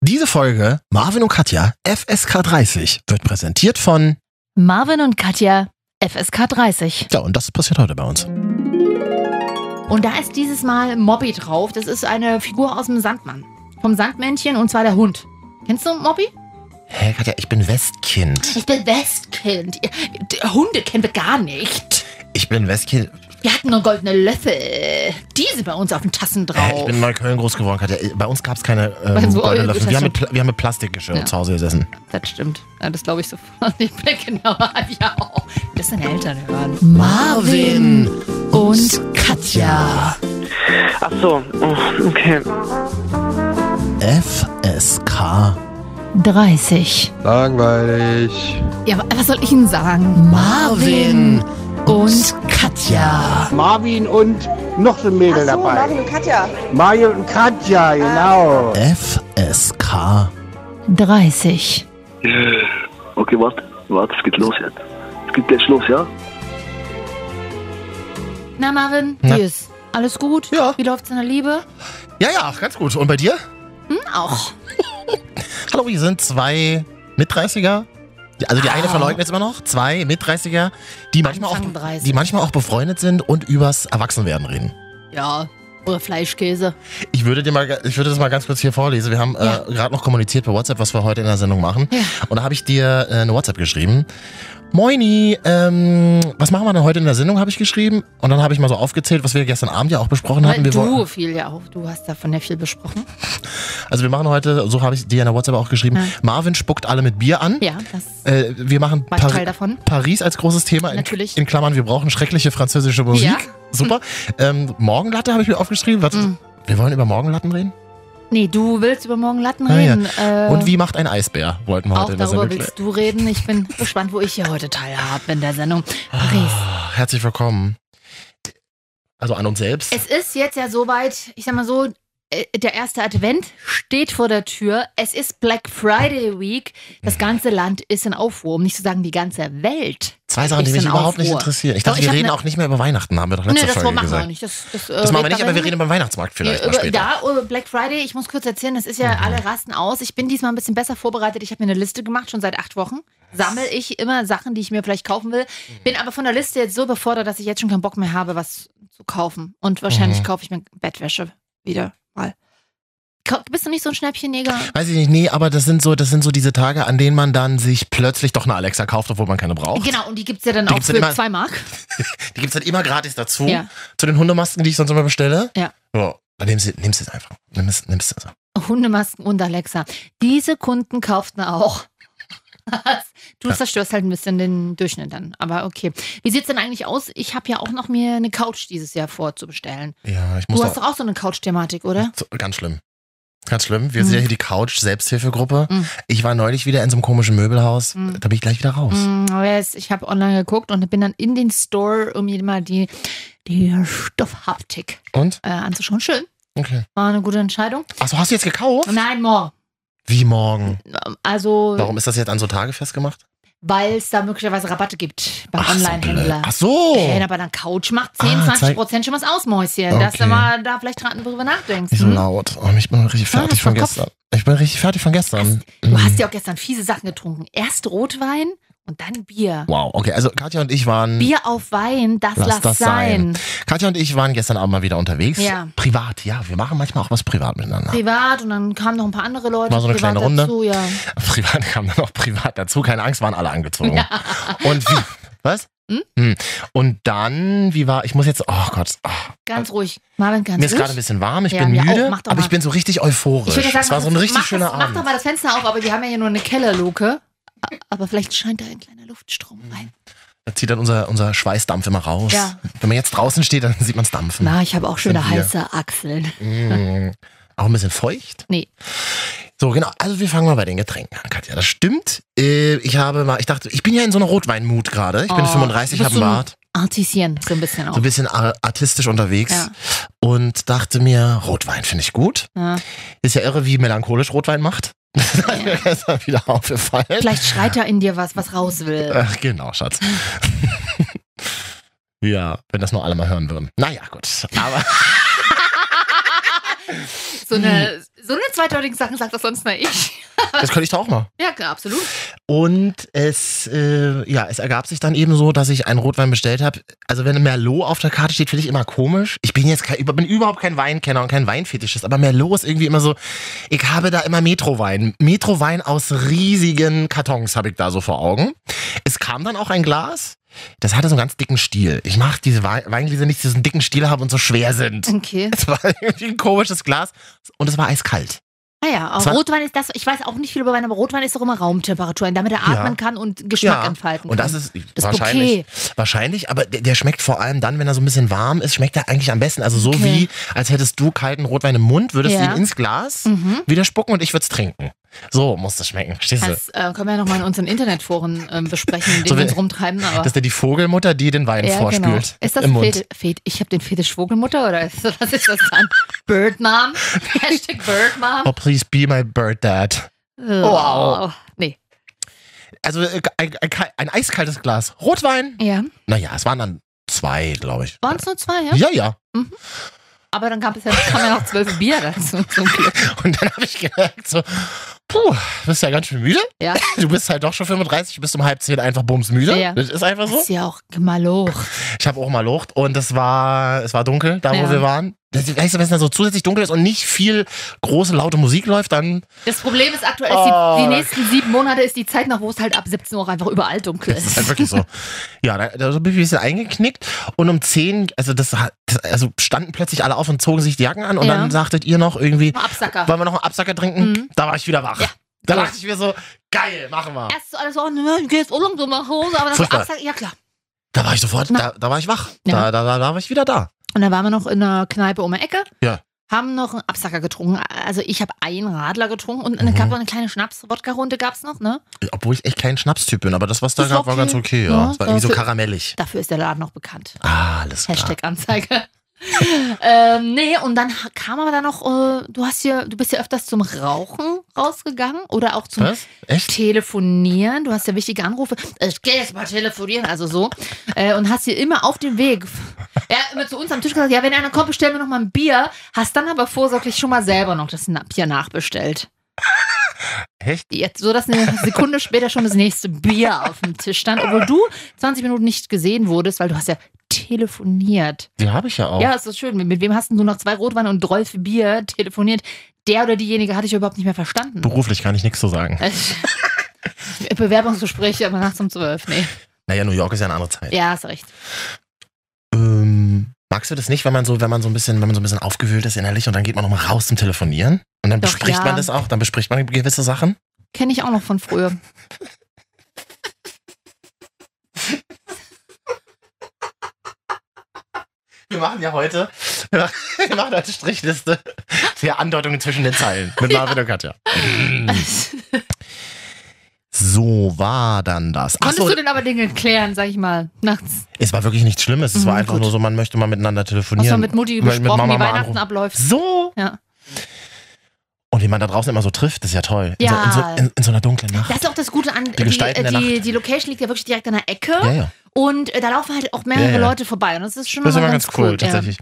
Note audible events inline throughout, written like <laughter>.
Diese Folge Marvin und Katja FSK 30 wird präsentiert von Marvin und Katja, FSK 30. ja und das passiert heute bei uns. Und da ist dieses Mal Mobby drauf. Das ist eine Figur aus dem Sandmann. Vom Sandmännchen und zwar der Hund. Kennst du Mobby? Hä, Katja, ich bin Westkind. Ich bin Westkind. Hunde kennen wir gar nicht. Ich bin Westkind. Wir hatten nur goldene Löffel. Die sind bei uns auf den Tassen Äh, ich drauf. bin in Neukölln groß geworden, Katja. Bei uns gab es keine ähm, Weil so- goldenen Löffel. das Wir haben, mit, stimmt. Pla- wir haben mit Plastikgeschirr Ja. zu Hause gesessen. das stimmt. Ja, das glaube ich sofort. Ich bin genau <laughs> ja auch. Das sind Eltern hören. Marvin und Katja. Ach so, oh, okay. FSK. 30. Langweilig. Ja, was soll ich Ihnen sagen? Marvin und Katja. Marvin und noch so ein Mädel Ach so, dabei. Marvin Ah, und Katja. Mario und Katja, genau. FSK. 30. Okay, warte, warte, es geht los jetzt. Es geht gleich los, ja? Na, Marvin, Na? wie ist? Alles gut? Ja. Wie läuft's in der Liebe? Ja, ja, ganz gut. Und bei dir? Auch. Hallo, wir sind zwei Mit-30er. Die- Also die eine Ah. verleugnet es immer noch, zwei Mit-30er, die manchmal, Anfang auch, 30. die manchmal auch befreundet sind und übers Erwachsenwerden reden. Ja. Oder Fleischkäse. Ich würde dir mal, ich würde das mal ganz kurz hier vorlesen. Wir haben Ja. äh, gerade noch kommuniziert bei WhatsApp, was wir heute in der Sendung machen. Ja. Und da habe ich dir äh, eine WhatsApp geschrieben. Moini, ähm, was machen wir denn heute in der Sendung, habe ich geschrieben. Und dann habe ich mal so aufgezählt, was wir gestern Abend ja auch besprochen Weil hatten. Wir du wollten- viel ja auch. Du hast davon ja viel besprochen. also wir machen heute, so habe ich dir in der WhatsApp auch geschrieben, Ja. Marvin spuckt alle mit Bier an. Ja, das Äh, wir machen war ich Pari- Teil davon. Paris als großes Thema. In, Natürlich. In Klammern, wir brauchen schreckliche französische Musik. Ja. Super. Ähm, Morgenlatte habe ich mir aufgeschrieben. Was, Mhm. Wir wollen über Morgenlatten reden. Nee, du willst über morgen Latten Ah, ja. reden. Äh, Und wie macht ein Eisbär? Wollten wir Auch heute in der darüber Sendung klären. willst du reden. Ich bin <laughs> gespannt, wo ich hier heute teilhabe in der Sendung. Paris. Ah, Herzlich willkommen. Also an uns selbst. Es ist jetzt ja soweit, ich sag mal so, äh, der erste Advent steht vor der Tür. Es ist Black Friday Week. Mhm. Das ganze Land ist in Aufruhr, um nicht zu sagen die ganze Welt. Zwei Sachen, die ist mich in überhaupt nicht Aufruhr. interessieren. Ich Doch, dachte, ich wir hab reden ne- auch nicht mehr über Weihnachten, haben wir doch letzte das Folge machen wir gesagt. nicht. Das, das, äh, Das machen wir reden nicht, aber wir reden über den Weihnachtsmarkt vielleicht mal über, später. Mhm. Da, über Black Friday, ich muss kurz erzählen, das ist ja, alle rasten aus. Ich bin diesmal ein bisschen besser vorbereitet. Ich habe mir eine Liste gemacht, schon seit acht Wochen. Sammel ich immer Sachen, die ich mir vielleicht kaufen will. Mhm. Bin aber von der Liste jetzt so überfordert, dass ich jetzt schon keinen Bock mehr habe, was zu kaufen. Und wahrscheinlich Mhm. kaufe ich mir Bettwäsche wieder mal. Ka- Bist du nicht so ein Schnäppchenjäger? Weiß ich nicht, nee, aber das sind so, das sind so diese Tage, an denen man dann sich plötzlich doch eine Alexa kauft, obwohl man keine braucht. Genau, und die gibt es ja dann Die auch gibt's für dann immer- zwei Mark. Die gibt's dann immer gratis dazu. Ja. Zu den Hundemasken, die ich sonst immer bestelle. Ja. ja. Dann nimmst du, nimmst du es einfach. Nimmst, nimmst es. Hundemasken und Alexa. Diese Kunden kauften auch. du zerstörst halt ein bisschen den Durchschnitt dann. Aber okay. Wie sieht's denn eigentlich aus? Ich habe ja auch noch mir eine Couch dieses Jahr vorzubestellen. Ja, ich muss Du hast da, doch auch so eine Couch-Thematik, oder? so, Ganz schlimm. Ganz schlimm. Wir Mhm. sind ja hier die Couch-Selbsthilfegruppe. Mhm. Ich war neulich wieder in so einem komischen Möbelhaus. Mhm. Da bin ich gleich wieder raus. Mm, yes, ich habe online geguckt und bin dann in den Store, um mir mal die, die Stoffhaptik Und? äh, anzuschauen. Schön. Okay. War eine gute Entscheidung. Achso, hast du jetzt gekauft? Nein, morgen. Wie morgen? Also, Warum ist das jetzt an so Tage festgemacht? weil es da möglicherweise Rabatte gibt beim Ach, so blöd. Online-Händler. Ach so. Hey, aber dann Couch macht 10, Oh. Ah, 20 zeig- Prozent schon was aus, Mäuschen. Dass Okay. du mal da vielleicht dran drüber nachdenkst. Nicht so hm? laut. Oh, ich bin richtig Ah, fertig hast von du Kopf? gestern. Ich bin richtig fertig von gestern. Du Mhm. hast ja auch gestern fiese Sachen getrunken. Erst Rotwein und dann Bier. Wow, okay. Also Katja und ich waren. Bier auf Wein, das Lass lass, das sein. sein. Katja und ich waren gestern Abend mal wieder unterwegs. Ja. Privat, ja. Wir machen manchmal auch was privat miteinander. Privat und dann kamen noch ein paar andere Leute. War so eine privat kleine Runde. Dazu, ja. privat <laughs> kam dann auch privat dazu. Keine Angst, waren alle angezogen. Und wie. Was? Hm? Hm. Und dann, wie war, ich muss jetzt, oh Gott, ah, Ganz ruhig. Marvin, ganz mir ist gerade ein ruhig. bisschen warm, ich Ja, bin mir auch. müde, Mach doch aber mal. ich bin so richtig euphorisch. würde es war so ein mach richtig das- schöner Mach doch Abend. mal das Fenster auf, aber wir haben ja hier nur eine Kellerluke. Aber vielleicht scheint da ein kleiner Luftstrom rein. Da zieht dann unser, unser Schweißdampf immer raus. Ja. Wenn man jetzt draußen steht, dann sieht man es dampfen. Na, ich habe auch Hm. Sind schöne wir. heiße Achseln. Mm. Auch ein bisschen feucht? Nee. So, genau. Also wir fangen mal bei den Getränken an, Katja. Das stimmt. Äh, ich habe mal, ich dachte, ich bin ja in so einer Rotweinmut gerade. Ich bin Oh, 35, bist habe einen du ein- Bart, Artisien, so ein bisschen auch. so ein bisschen ar- artistisch unterwegs Ja. und dachte mir, Rotwein finde ich gut. <laughs> ja. Ist ja irre, wie melancholisch Rotwein macht. Das <laughs> ist mir gestern wieder aufgefallen. Vielleicht schreit da in dir was, was raus will. Ach, genau, <laughs> Schatz. <laughs> ja, wenn das nur alle mal hören würden. Naja, gut. Aber So eine, so eine zweideutige Sachen sagt doch sonst nur ich. Das könnte ich doch auch mal. Ja, klar, absolut. Und es, äh, ja, es ergab sich dann eben so, dass ich einen Rotwein bestellt habe. Also wenn Merlot auf der Karte steht, finde ich immer komisch. Ich bin jetzt kein, über- bin überhaupt kein Weinkenner und kein Weinfetischist, aber Merlot ist irgendwie immer so, ich habe da immer Metrowein. Metrowein aus riesigen Kartons habe ich da so vor Augen. Es kam dann auch ein Glas, das hatte so einen ganz dicken Stiel. Ich mag diese Wei- Weingläser nicht, die so einen dicken Stiel haben und so schwer sind. <laughs> Okay. Es war irgendwie ein komisches Glas und es war eiskalt. Naja, Zwar- Ah aber Rotwein ist das, ich weiß auch nicht viel über Wein, aber Rotwein ist doch immer Raumtemperatur, damit er Ja. atmen kann und Geschmack Ja. entfalten Und kann. das ist Das wahrscheinlich. Bouquet. Wahrscheinlich, aber der, der schmeckt vor allem dann, wenn er so ein bisschen warm ist, schmeckt er eigentlich am besten. Also so Okay. wie, als hättest du kalten Rotwein im Mund, würdest du Ja. ihn ins Glas Mhm. wieder spucken und ich würde es trinken. So muss das schmecken, verstehst du? Das äh, können wir ja nochmal in unseren Internetforen ähm, besprechen, in <laughs> denen So wir wie- uns rumtreiben. Aber Das ist ja die Vogelmutter, die den Wein ja, vorspült. genau. Ist das Im Mund. Fet Fet Ich habe den Fetisch Schwogelmutter oder ist, was ist das <laughs> dann? Bird Mom? Hashtag Bird Mom? Oh, please be my bird dad. Oh. Wow. Nee. Also äh, ein, ein, kal- ein eiskaltes Glas Rotwein. Ja. Naja, es waren dann zwei, glaube ich. Waren es nur zwei, ja? Ja, ja. Aber dann gab es ja, kam ja noch zwölf Bier dazu zum Glück. Und dann habe ich gemerkt, so, puh, bist ja ganz schön müde. Ja. <laughs> Du bist halt doch schon 35, bist um halb zehn einfach bumsmüde. Ja. Das ist einfach so. Ist ja auch gemaloch. Ich habe auch mal Lucht und es war, es war dunkel, da wo Ja. wir waren. Das ist, weißt du, wenn es dann so zusätzlich dunkel ist und nicht viel große, laute Musik läuft, <laughs> dann Das Problem ist aktuell, Oh. die, die nächsten sieben Monate ist die Zeit noch, wo es halt ab 17 Uhr einfach überall dunkel ist es halt ist. wirklich so. Ja, da, da bin ich ein bisschen eingeknickt und um 10, also das, hat- das also standen plötzlich alle auf und zogen sich die Jacken an und Ja. dann sagtet ihr noch irgendwie, Absacker. wollen wir noch einen Absacker trinken? Mhm. Da war ich wieder wach. Ja. Da Ja. dachte ich mir so, geil, machen wir. Erst so alles so, ne, ich geh jetzt auch langsam nach Hause, aber dann so Furchtbar. Absacker, ja klar. Da war ich sofort, Na. da, da war ich wach. Da, Ja. da, da, da war ich wieder da. Und dann waren wir noch in einer Kneipe um die Ecke. Ja. Haben noch einen Absacker getrunken. Also ich habe einen Radler getrunken und eine, Mhm. gab noch eine kleine Schnaps-Wodka-Runde gab's noch, ne? Obwohl ich echt kein Schnapstyp bin, aber das, was da Ist gab, war okay. ganz okay. Ja. Ja, es war irgendwie so dafür- karamellig. Dafür ist der Laden noch bekannt. Ah, alles klar. Hashtag Anzeige. <laughs> ähm, nee, und dann ha- kam aber dann noch, äh, du hast hier, du bist ja öfters zum Rauchen rausgegangen oder auch zum Was? Echt? Telefonieren. Du hast ja wichtige Anrufe. Ich gehe jetzt mal telefonieren, also so. Äh, und hast hier immer auf dem Weg, ja, immer zu uns am Tisch gesagt, ja, wenn einer kommt, bestellen wir noch mal ein Bier. Hast dann aber vorsorglich schon mal selber noch das Na- Bier nachbestellt. Echt? Jetzt, so dass eine Sekunde später schon das nächste Bier auf dem Tisch stand, obwohl du 20 Minuten nicht gesehen wurdest, weil du hast ja telefoniert. Die habe ich ja auch. Ja, ist das schön. Mit, mit wem hast denn du noch zwei Rotwein und drei für Bier telefoniert? Der oder diejenige hatte ich überhaupt nicht mehr verstanden. Beruflich kann ich nichts zu sagen. Äh, <laughs> Bewerbungsgespräche aber nachts um zwölf. Nee. Naja, New York ist ja eine andere Zeit. Ja, hast recht. Ähm, magst du das nicht, wenn man so, wenn man so ein bisschen, wenn man so ein bisschen aufgewühlt ist innerlich und dann geht man nochmal raus zum Telefonieren? Und dann Doch, bespricht ja. man das auch, dann bespricht man gewisse Sachen. Kenne ich auch noch von früher. Wir machen ja heute, <laughs> wir machen- wir machen heute Strichliste für Andeutungen zwischen den Zeilen mit Marvin und Katja. Mhm. <laughs> Konntest So war dann das. Ach so, du denn aber Dinge klären, sag ich mal, nachts? es war wirklich nichts Schlimmes. Es Mhm, war einfach gut. nur so, man möchte mal miteinander Hast du telefonieren. mit Mutti Mit- mit besprochen, Mama wie mal Weihnachten anrufen. abläuft? so. Ja. Und wie man da draußen immer so trifft, ist ja toll. In Ja. So, in, so, in, in so einer dunklen Nacht. Das ist auch das Gute an, die, Gestalten der die, die Location liegt ja wirklich direkt an der Ecke ja, ja. und äh, da laufen halt auch mehrere Ja, ja. Leute vorbei und das ist schon Das ist immer immer ganz cool, ja. tatsächlich.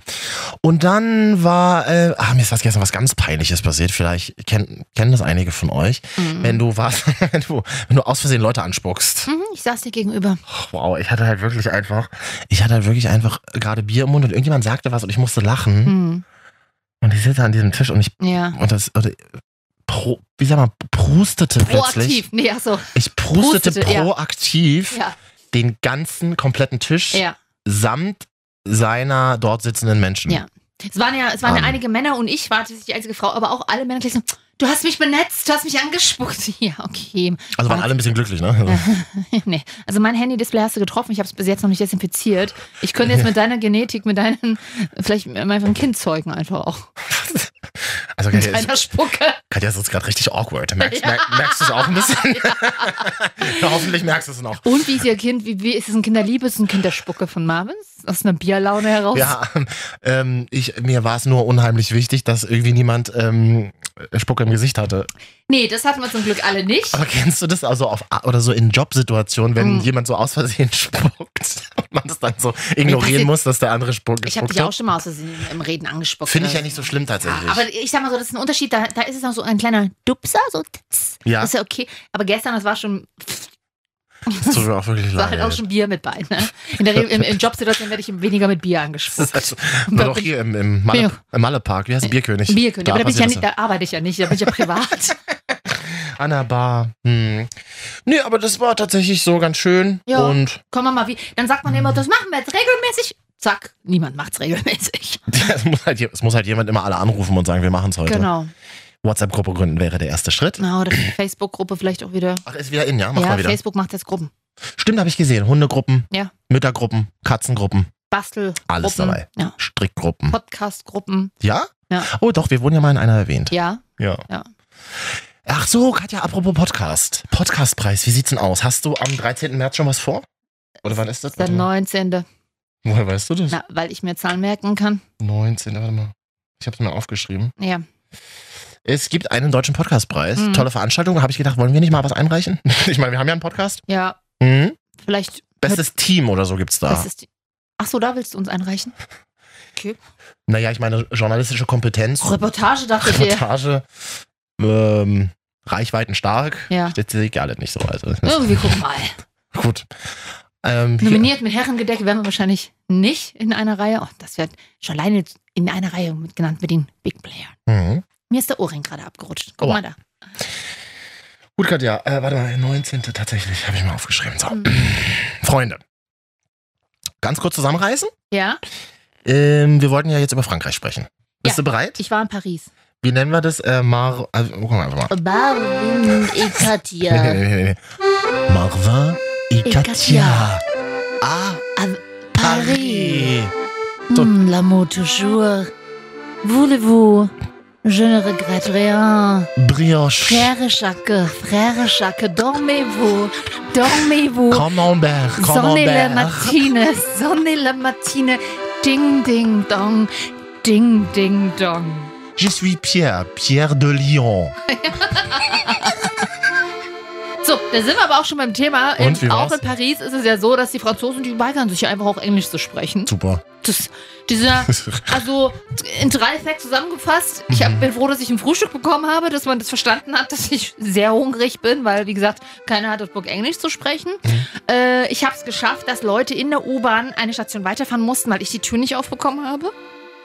Und dann war, äh, ah, mir ist was gestern was ganz Peinliches passiert. Vielleicht kennen kennen das einige von euch. Wenn du was, <laughs> wenn du, wenn du aus Versehen Leute anspuckst. Mhm, ich saß dir gegenüber. Ach, wow, ich hatte halt wirklich einfach, ich hatte halt wirklich einfach gerade Bier im Mund und irgendjemand sagte was und ich musste lachen. Mhm. Und ich sitze an diesem Tisch und ich, Hm, Ja. und das, oder, pro, wie sag mal, prustete plötzlich. Proaktiv. Nee, ach so. Ich prustete, Prustete, ja. proaktiv Ja. den ganzen kompletten Tisch Ja. samt seiner dort sitzenden Menschen. Ja. Es waren ja, es waren ja Ähm. einige Männer und ich war tatsächlich die einzige Frau, aber auch alle Männer gleich so, du hast mich benetzt, du hast mich angespuckt. <laughs> Ja, okay. Also waren alle ein bisschen glücklich, ne? <laughs> nee. Also mein Handy-Display hast du getroffen, ich habe es bis jetzt noch nicht desinfiziert. Ich könnte jetzt mit deiner Genetik, mit deinen, vielleicht mit meinem Kind zeugen einfach auch. Also Mit Katja ist, deiner Spucke. Katja ist jetzt gerade richtig awkward. Merkst, merk, merkst du es auch ein <laughs> bisschen? ja, <laughs> hoffentlich merkst du es noch. Und wie ist ihr Kind, wie, wie ist es ein Kinderliebe, ist es ein Kinderspucke von Marvins? aus einer Bierlaune heraus. Ja, ähm, ich, mir war es nur unheimlich wichtig, dass irgendwie niemand ähm, Spucke im Gesicht hatte. Nee, das hatten wir zum Glück alle nicht. Aber kennst du das also auf oder so in Jobsituationen, wenn Mhm. jemand so aus Versehen <laughs> spuckt und man das dann so ignorieren passiert- muss, dass der andere Spuck Ich habe gespuckt dich auch hat? schon mal aus Versehen im Reden angespuckt. Finde ich oder ja nicht so schlimm tatsächlich. Ja, Ah, aber ich sag mal so, das ist ein Unterschied. Da, da ist es noch so ein kleiner Dupser, so tss, Ja. ist ja okay. Aber gestern, das war schon, das tut mir auch wirklich war leid. halt auch schon Bier mit bei. Ne? In der Re- im, im Jobsituation werde ich weniger mit Bier das angespuckt. ist halt so, nur doch hier im, im, Malle, im Mallepark. Wie heißt der Bierkönig? Äh, Bierkönig, Da aber da, bin ich ja passiert nicht, da arbeite ich ja nicht, da bin <laughs> ich ja privat. das. An der Bar. Hm. Nee, aber das war tatsächlich so ganz schön. Ja. Und <laughs> Komm mal mal wie, dann sagt man immer, das machen wir jetzt regelmäßig. Zack, niemand macht's regelmäßig. es muss, halt, je- es muss halt jemand immer alle anrufen und sagen, wir machen es heute. Genau. WhatsApp-Gruppe gründen wäre der erste Schritt. Na, oder Facebook-Gruppe vielleicht auch wieder. Ach, ist wieder in, ja? Mach ja, mal wieder. Facebook macht jetzt Gruppen. Stimmt, habe ich gesehen. Hundegruppen, Ja. Müttergruppen, Katzengruppen, Bastelgruppen. Alles dabei. Ja. Strickgruppen. Podcast-Gruppen. Ja? Ja. Oh, doch, wir wurden ja mal in einer erwähnt. Ja. Ja. Ja. Ach so, Katja, apropos Podcast. Podcastpreis, wie sieht's denn aus? Hast du am 13. März schon was vor? Oder wann ist das? Der Warte mal. 19. Woher weißt du das? Na, weil ich mir Zahlen merken kann. 19, warte mal. Ich habe es mir aufgeschrieben. Ja. Es gibt einen deutschen Podcastpreis. Mhm. Tolle Veranstaltung. Habe ich gedacht, wollen wir nicht mal was einreichen? <laughs> Ich meine, wir haben ja einen Podcast. Ja, Mhm. vielleicht. Bestes Team oder so gibt's da. Das ist die Ach so, da willst du uns einreichen? Naja, ich meine, journalistische Kompetenz, Reportage dachte ich dir. Reportage, ähm, Reichweiten stark. Ja. Oh. Das sehe ich alle nicht so. Also, das ist Irgendwie <laughs> guck mal. gut. Ähm, hier- Nominiert mit Herrengedeck werden wir wahrscheinlich nicht in einer Reihe. Oh, das wird schon alleine in einer Reihe mit, genannt mit den Big Player. Mhm. Mir ist der Ohrring gerade abgerutscht. Guck Aua. mal da. Gut, Katja, äh, warte mal, 19. tatsächlich, habe ich mal aufgeschrieben. So. Mhm. Freunde, ganz kurz zusammenreißen. Ja, Ähm, wir wollten ja jetzt über Frankreich sprechen. Bist Ja. du bereit? ich war in Paris. Wie nennen wir das? Äh, Mar... Also, gucken wir einfach mal. <laughs> Barbin et Nee, Katja. nee, nee, nee, nee. Marvin et Et Katja. Katja. Ah, Also, Paris. Paris. So. Hmm, L'amour toujours. Voulez-vous? Je ne regrette rien. Brioche. Frère Jacques, frère Jacques, dormez-vous, dormez-vous. Camembert. Sonne la Camembert. Matine, <laughs> Sonne la Matine, ding ding dong, ding ding dong. Je suis Pierre. Pierre de Lyon. So, da sind wir aber auch schon beim Thema. Und, wie in, auch war's? in Paris ist es ja so, dass die Franzosen, die weigern sich ja einfach auch Englisch zu sprechen. <laughs> Super. Das, <laughs> dieser, also in drei Facts zusammengefasst, ich Mhm. hab, bin froh, dass ich ein Frühstück bekommen habe, dass man das verstanden hat, dass ich sehr hungrig bin, weil, wie gesagt, keiner hat das Bock, Englisch zu sprechen. Mhm. Äh, ich habe es geschafft, dass Leute in der U-Bahn eine Station weiterfahren mussten, weil ich die Tür nicht aufbekommen habe.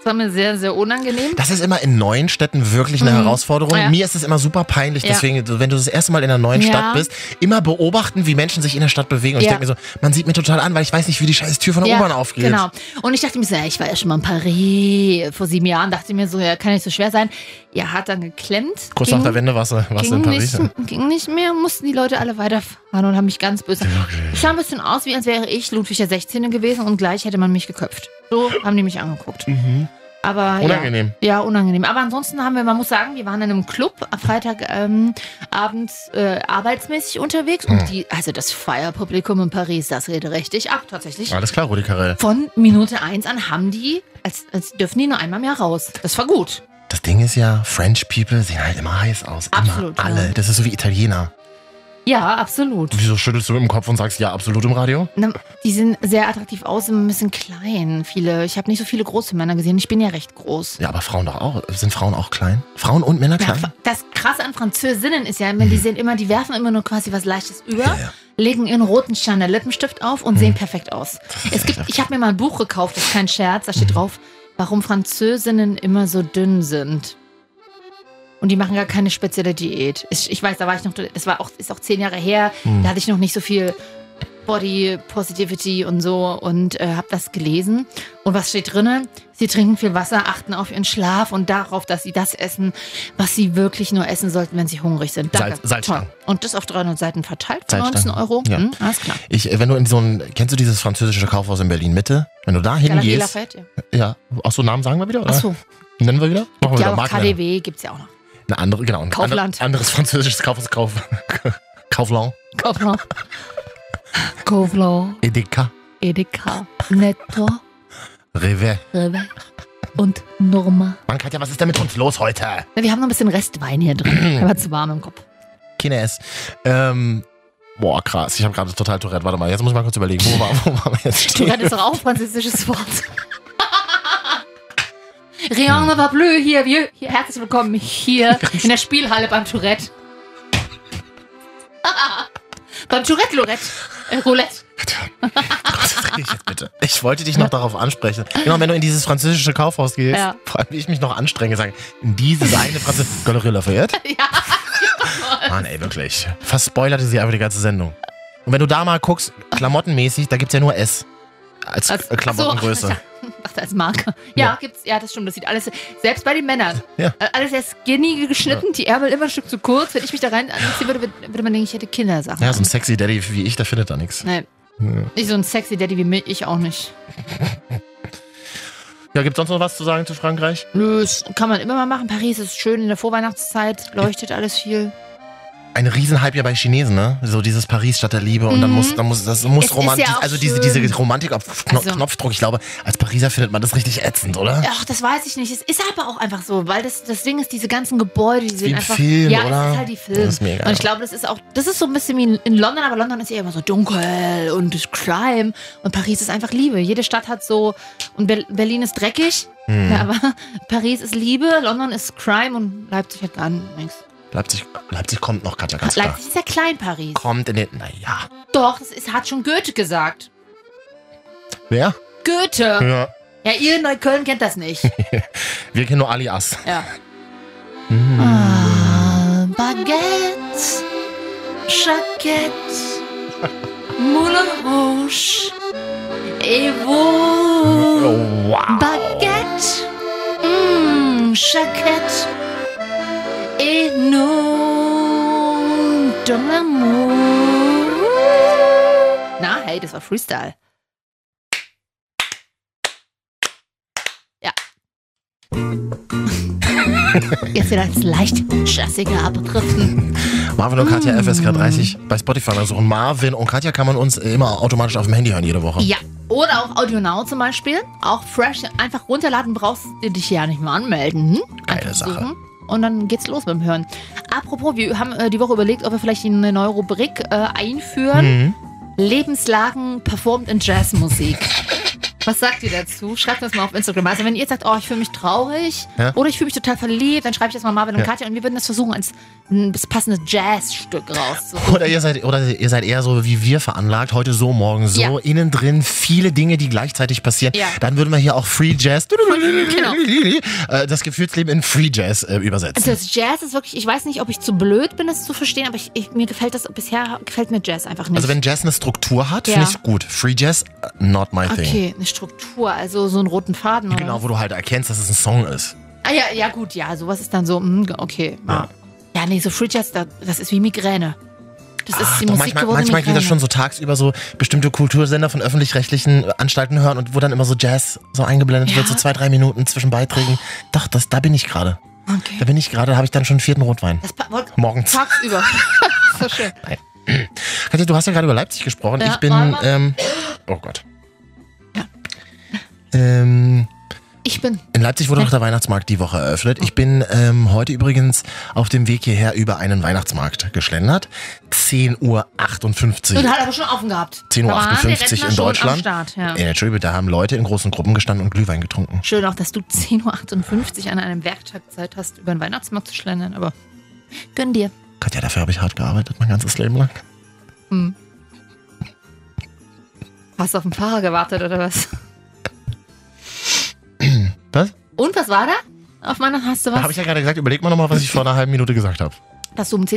Das war mir sehr, sehr unangenehm. Das ist immer in neuen Städten wirklich eine Mhm. Herausforderung. Ja. Mir ist es immer super peinlich. Ja. Deswegen, wenn du das erste Mal in einer neuen Ja. Stadt bist, immer beobachten, wie Menschen sich in der Stadt bewegen. Und Ja. ich denke mir so, man sieht mir total an, weil ich weiß nicht, wie die scheiß Tür von der Ja, U-Bahn aufgeht. Genau. Und ich dachte mir so, ja, ich war ja schon mal in Paris vor sieben Jahren, dachte mir so, ja, kann nicht so schwer sein. Ja, hat dann geklemmt. Kurz Ging- nach der Wende warst du, warst du ging, in Paris. ja. nicht, ging nicht mehr, mussten die Leute alle weiterfahren und haben mich ganz böse. Ich sah ein bisschen aus, wie als wäre ich Ludwig der 16. gewesen und gleich hätte man mich geköpft. So haben die mich angeguckt. Aber ja. Mhm. Unangenehm. Ja, unangenehm. Aber ansonsten haben wir, man muss sagen, wir waren in einem Club am Freitagabend ähm, abends, äh, arbeitsmäßig unterwegs Hm. und die, also das Feierpublikum in Paris, das redete richtig ab, tatsächlich. Alles klar, Rudi Carell. Von Minute 1 an haben die, als, als dürfen die nur einmal im Jahr raus. Das war gut. Das Ding ist ja, French People sehen halt immer heiß aus. Immer Absolut, ja. alle. Das ist so wie Italiener. Ja, absolut. Wieso schüttelst du im Kopf und sagst ja absolut im Radio? Na, die sehen sehr attraktiv aus, ein bisschen klein. Viele. Ich habe nicht so viele große Männer gesehen. Ich bin ja recht groß. Ja, aber Frauen doch auch. Sind Frauen auch klein? Frauen und Männer Ja, klein? fa- das Krasse an Französinnen ist ja immer, die sehen immer, die werfen immer nur quasi was Leichtes über, legen ihren roten Steiner Lippenstift auf und sehen perfekt aus. Es gibt, ich habe mir mal ein Buch gekauft, das ist kein Scherz, da steht drauf, warum Französinnen immer so dünn sind. Und die machen gar keine spezielle Diät. Ich, ich weiß, da war ich noch, das war auch, ist auch zehn Jahre her, da hatte ich noch nicht so viel Body Positivity und so und äh, habe das gelesen. Und was steht drinne? Sie trinken viel Wasser, achten auf ihren Schlaf und darauf, dass sie das essen, was sie wirklich nur essen sollten, wenn sie hungrig sind. Danke. Salz- Salzstangen. Toll. Und das auf 300 Seiten verteilt für Salzstangen. 19 Euro. Ja. Hm, alles klar. Ich, äh, wenn du in so ein, kennst du dieses französische Kaufhaus in Berlin Mitte? Wenn du da Galerie hingehst, Lafayette. ja. ja, auch so Namen sagen wir wieder, oder? Achso, Nennen wir wieder? Machen wir ja, wieder. aber Markennamen. KDW gibt es ja auch noch. Eine andere, genau. Ein Kaufland. ander- anderes französisches Kaufhaus, Kauf, <laughs> Kaufland, <laughs> Kaufland. Kaufland, Edeka. Edeka, Netto, Rewe. Rewe und Norma. Mann, Katja, was ist denn mit uns los heute? Na, wir haben noch ein bisschen Restwein <clears throat> hier drin. Aber zu warm im Kopf. Kines. Ähm, boah, krass. Ich habe gerade total Tourette. Warte mal, jetzt muss ich mal kurz überlegen, wo war, wo war wir jetzt stehen? Tourette ist doch auch ein <laughs> französisches Wort. Rien ne va plus hier, wir, hier. Herzlich willkommen hier in der Spielhalle beim Tourette. <laughs> beim Tourette Lorette. Äh, Roulette. Konzentrier dich jetzt bitte. Ich wollte dich noch darauf ansprechen. Genau, wenn du in dieses französische Kaufhaus gehst, Ja. vor allem wie ich mich noch anstrenge, sage in dieses eine französische Galerie Lafayette. <laughs> Ja. Mann, ey, wirklich. Verspoilerte sie einfach die ganze Sendung. Und wenn du da mal guckst, klamottenmäßig, da gibt's ja nur S. Als, Als- äh, Klamottengröße. <laughs> so, Ach, als Marke. Ja, gibt's. Ja, das stimmt. Das sieht alles. Selbst bei den Männern. Ja. Äh, Alles sehr skinny geschnitten, die Ärmel immer ein Stück zu kurz. Wenn ich mich da rein anziehen würde, würde würde man denken, ich hätte Kindersachen. Ja, so ein sexy Daddy wie ich, der findet da nichts. Nein. Nicht so ein sexy Daddy wie mich, ich auch nicht. Ja, gibt's sonst noch was zu sagen zu Frankreich? Nö, das kann man immer mal machen. Paris ist schön in der Vorweihnachtszeit, leuchtet alles viel. Ein Riesenhype ja bei Chinesen, ne? So dieses Paris statt der Liebe und dann Mhm. muss, dann muss, das Es muss ist Romantik, ja auch also diese, schön. diese Romantik auf Kno Also- Knopfdruck, ich glaube, als Pariser findet man das richtig ätzend, oder? Ach, das weiß ich nicht. Es ist aber auch einfach so, weil das, das Ding ist, diese ganzen Gebäude, die wie sind ein einfach. Film, ja, oder? es ist halt die Film. Das ist mega. Und ich glaube, das ist auch, das ist so ein bisschen wie in- in London, aber London ist ja immer so dunkel und Crime. Und Paris ist einfach Liebe. Jede Stadt hat so, und Ber- Berlin ist dreckig, Hm. ja, aber <laughs> Paris ist Liebe, London ist Crime und Leipzig hat gar nichts. Leipzig, Leipzig kommt noch, Katja, ganz klar. Leipzig ist ja klein Paris. Kommt in den, naja. Doch, das ist, hat schon Goethe gesagt. Wer? Goethe! Ja. Ja, ihr in Neukölln kennt das nicht. Wir kennen nur Alias. Ja. Mhm. Ah, Baguette, Jaquette, Moulin Rouge, et vous. Oh, wow. Baguette, mm, Jaquette, et nous, dans l'amour. Na, hey, das war Freestyle. <laughs> Ja. Jetzt wieder als leicht schassiger Abdriften. Marvin und Mhm. Katja FSK 30 bei Spotify mal suchen. Marvin und Katja kann man uns äh, immer automatisch auf dem Handy hören, jede Woche. Ja. Oder auch Audionow zum Beispiel. Auch fresh. Einfach runterladen, brauchst du dich ja nicht mehr anmelden. Hm? Geile Einfach Sache. suchen Und dann geht's los beim Hören. Apropos, wir haben äh, die Woche überlegt, ob wir vielleicht eine neue Rubrik äh, einführen. Mhm. Lebenslagen performt in Jazzmusik. Was sagt ihr dazu? Schreibt uns mal auf Instagram. Also wenn ihr sagt, oh, ich fühle mich traurig Ja. oder ich fühle mich total verliebt, dann schreibe ich das mal Marvin und Ja. Katja und wir würden das versuchen, als ein passende Jazzstück rauszuholen. Oder ihr seid oder ihr seid eher so wie wir veranlagt, heute so, morgen so, Ja. innen drin viele Dinge, die gleichzeitig passieren. Ja. Dann würden wir hier auch Free Jazz Genau. <laughs> äh, das Gefühlsleben in Free Jazz äh, übersetzen. Also das Jazz ist wirklich, ich weiß nicht, ob ich zu blöd bin, das zu verstehen, aber ich, ich, mir gefällt das, bisher gefällt mir Jazz einfach nicht. Also wenn Jazz eine Struktur hat, Ja. finde ich gut. Free Jazz, äh, not my thing. okay, eine Struktur, also so einen roten Faden. oder Genau, was? wo du halt erkennst, dass es ein Song ist. Ah, ja, ja, gut, ja, sowas ist dann so, mm, okay. Ja, ja nee, so Free Jazz, da- das ist wie Migräne. Das ist die Ah, Doch, Musik manchmal geworden. manchmal geht Migräne. das schon so tagsüber so bestimmte Kultursender von öffentlich-rechtlichen äh, Anstalten hören und wo dann immer so Jazz so eingeblendet Ja. wird, so zwei, drei Minuten zwischen Beiträgen. Doch, das, da bin ich gerade. Da Okay. bin ich gerade, da habe ich dann schon einen vierten Rotwein. Das pa- wollt- Morgens. tagsüber. so schön. Katja, du hast ja gerade über Leipzig gesprochen. Ja, ich bin. warte. Ähm, oh Gott. Ja. Ähm, Ich bin. in Leipzig wurde noch der Weihnachtsmarkt die Woche eröffnet. Ich bin ähm, heute übrigens auf dem Weg hierher über einen Weihnachtsmarkt geschlendert. 10.58 Uhr. Du hat aber schon offen gehabt. 10.58 Uhr Da waren die Rentner in schon Deutschland. Am Start, ja. Äh, Entschuldigung, da haben Leute in großen Gruppen gestanden und Glühwein getrunken. Schön auch, dass du 10.58 Uhr an einem Werktag Zeit hast, über den Weihnachtsmarkt zu schlendern, aber gönn dir. Katja, dafür habe ich hart gearbeitet, mein ganzes Leben lang. Hm. Hast du auf den Fahrer gewartet oder was? Was? Und was war da? Auf meiner hast du Da was? habe ich ja gerade gesagt, überleg mal nochmal, was ich vor einer halben Minute gesagt habe. dass du um 10.58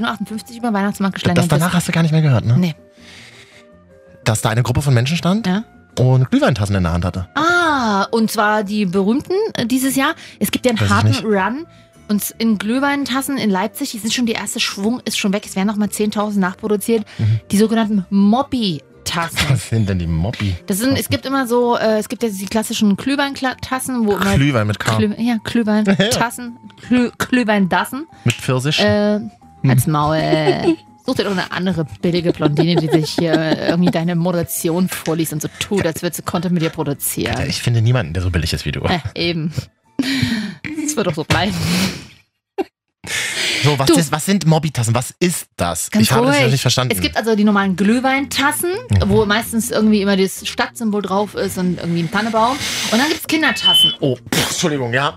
Uhr über den Weihnachtsmarkt Das geschlendert danach hast du gar nicht mehr gehört, ne? Nee. Dass da eine Gruppe von Menschen stand Ja. und Glühweintassen in der Hand hatte. bist. Ah, und zwar die berühmten äh, dieses Jahr. Es gibt ja einen Weiß ich harten nicht. Run. Und in Glühweintassen in Leipzig, die sind schon der erste Schwung, ist schon weg. Es werden nochmal 10.000 nachproduziert. Mhm. Die sogenannten Mobby-Tassen. Was sind denn die Mobby? Das sind, es gibt immer so, äh, es gibt ja die klassischen Glühweintassen, wo immer Glühwein mit K. Klü ja, <laughs> Glühweintassen, Glüh Glühweindassen mit Pfirsich. <laughs> äh, als Äh, Maul. Such dir doch eine andere billige Blondine, die sich hier irgendwie deine Moderation vorliest und so tut, als würde sie Content mit dir produzieren. Ich finde niemanden, der so billig ist wie du. Äh, eben. Das wird doch so bleiben. So, was, Du. ist, was sind Mobbitassen? Was ist das? Ganz ich habe das ruhig. noch nicht verstanden. Mhm. Es gibt also die normalen Glühweintassen, wo meistens irgendwie immer das Stadtsymbol drauf ist und irgendwie ein Tannebaum. Und dann gibt's Kindertassen. oh, pff, Entschuldigung, ja.